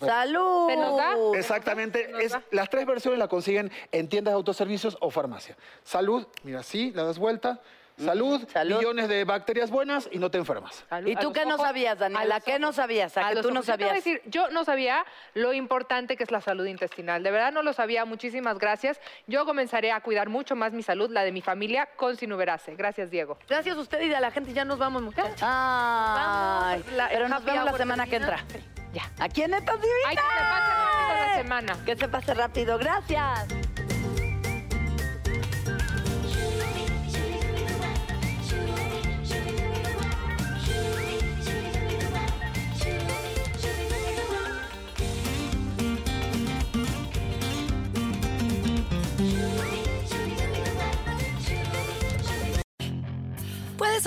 B: ¡Salud!
E: ¿Se nos da?
B: Oh.
G: Exactamente. Es, las tres versiones la consiguen en tiendas de autoservicios o farmacia. Salud, mira, así, la das vuelta. Salud,
B: Mm, Salud.
G: millones de bacterias buenas y no te enfermas.
E: A lo-
B: ¿Y
E: a
B: tú
E: los
B: qué no
E: ojos,
B: sabías, Daniela?
E: a los
B: ¿Qué no
E: ojos.
B: sabías? ¿A
E: A
B: qué
E: los
B: tú no
E: ojos. Yo te voy a
B: sabías?
E: decir, yo no sabía lo importante que es la salud intestinal. De verdad no lo sabía. Muchísimas gracias. Yo comenzaré a cuidar mucho más mi salud, la de mi familia, con sinuberase. Gracias, Diego.
D: Gracias a ustedes y a la gente, ya nos vamos, muchachos.
B: Ay,
D: Vamos, la-
B: pero
D: el
B: nos
D: happy
B: vemos la
D: hour
B: semana que
D: termina.
B: entra. Aquí en Netas Divinas.
E: Ay, que se pase rápido la semana.
B: Que se pase rápido. Gracias.
L: Puedes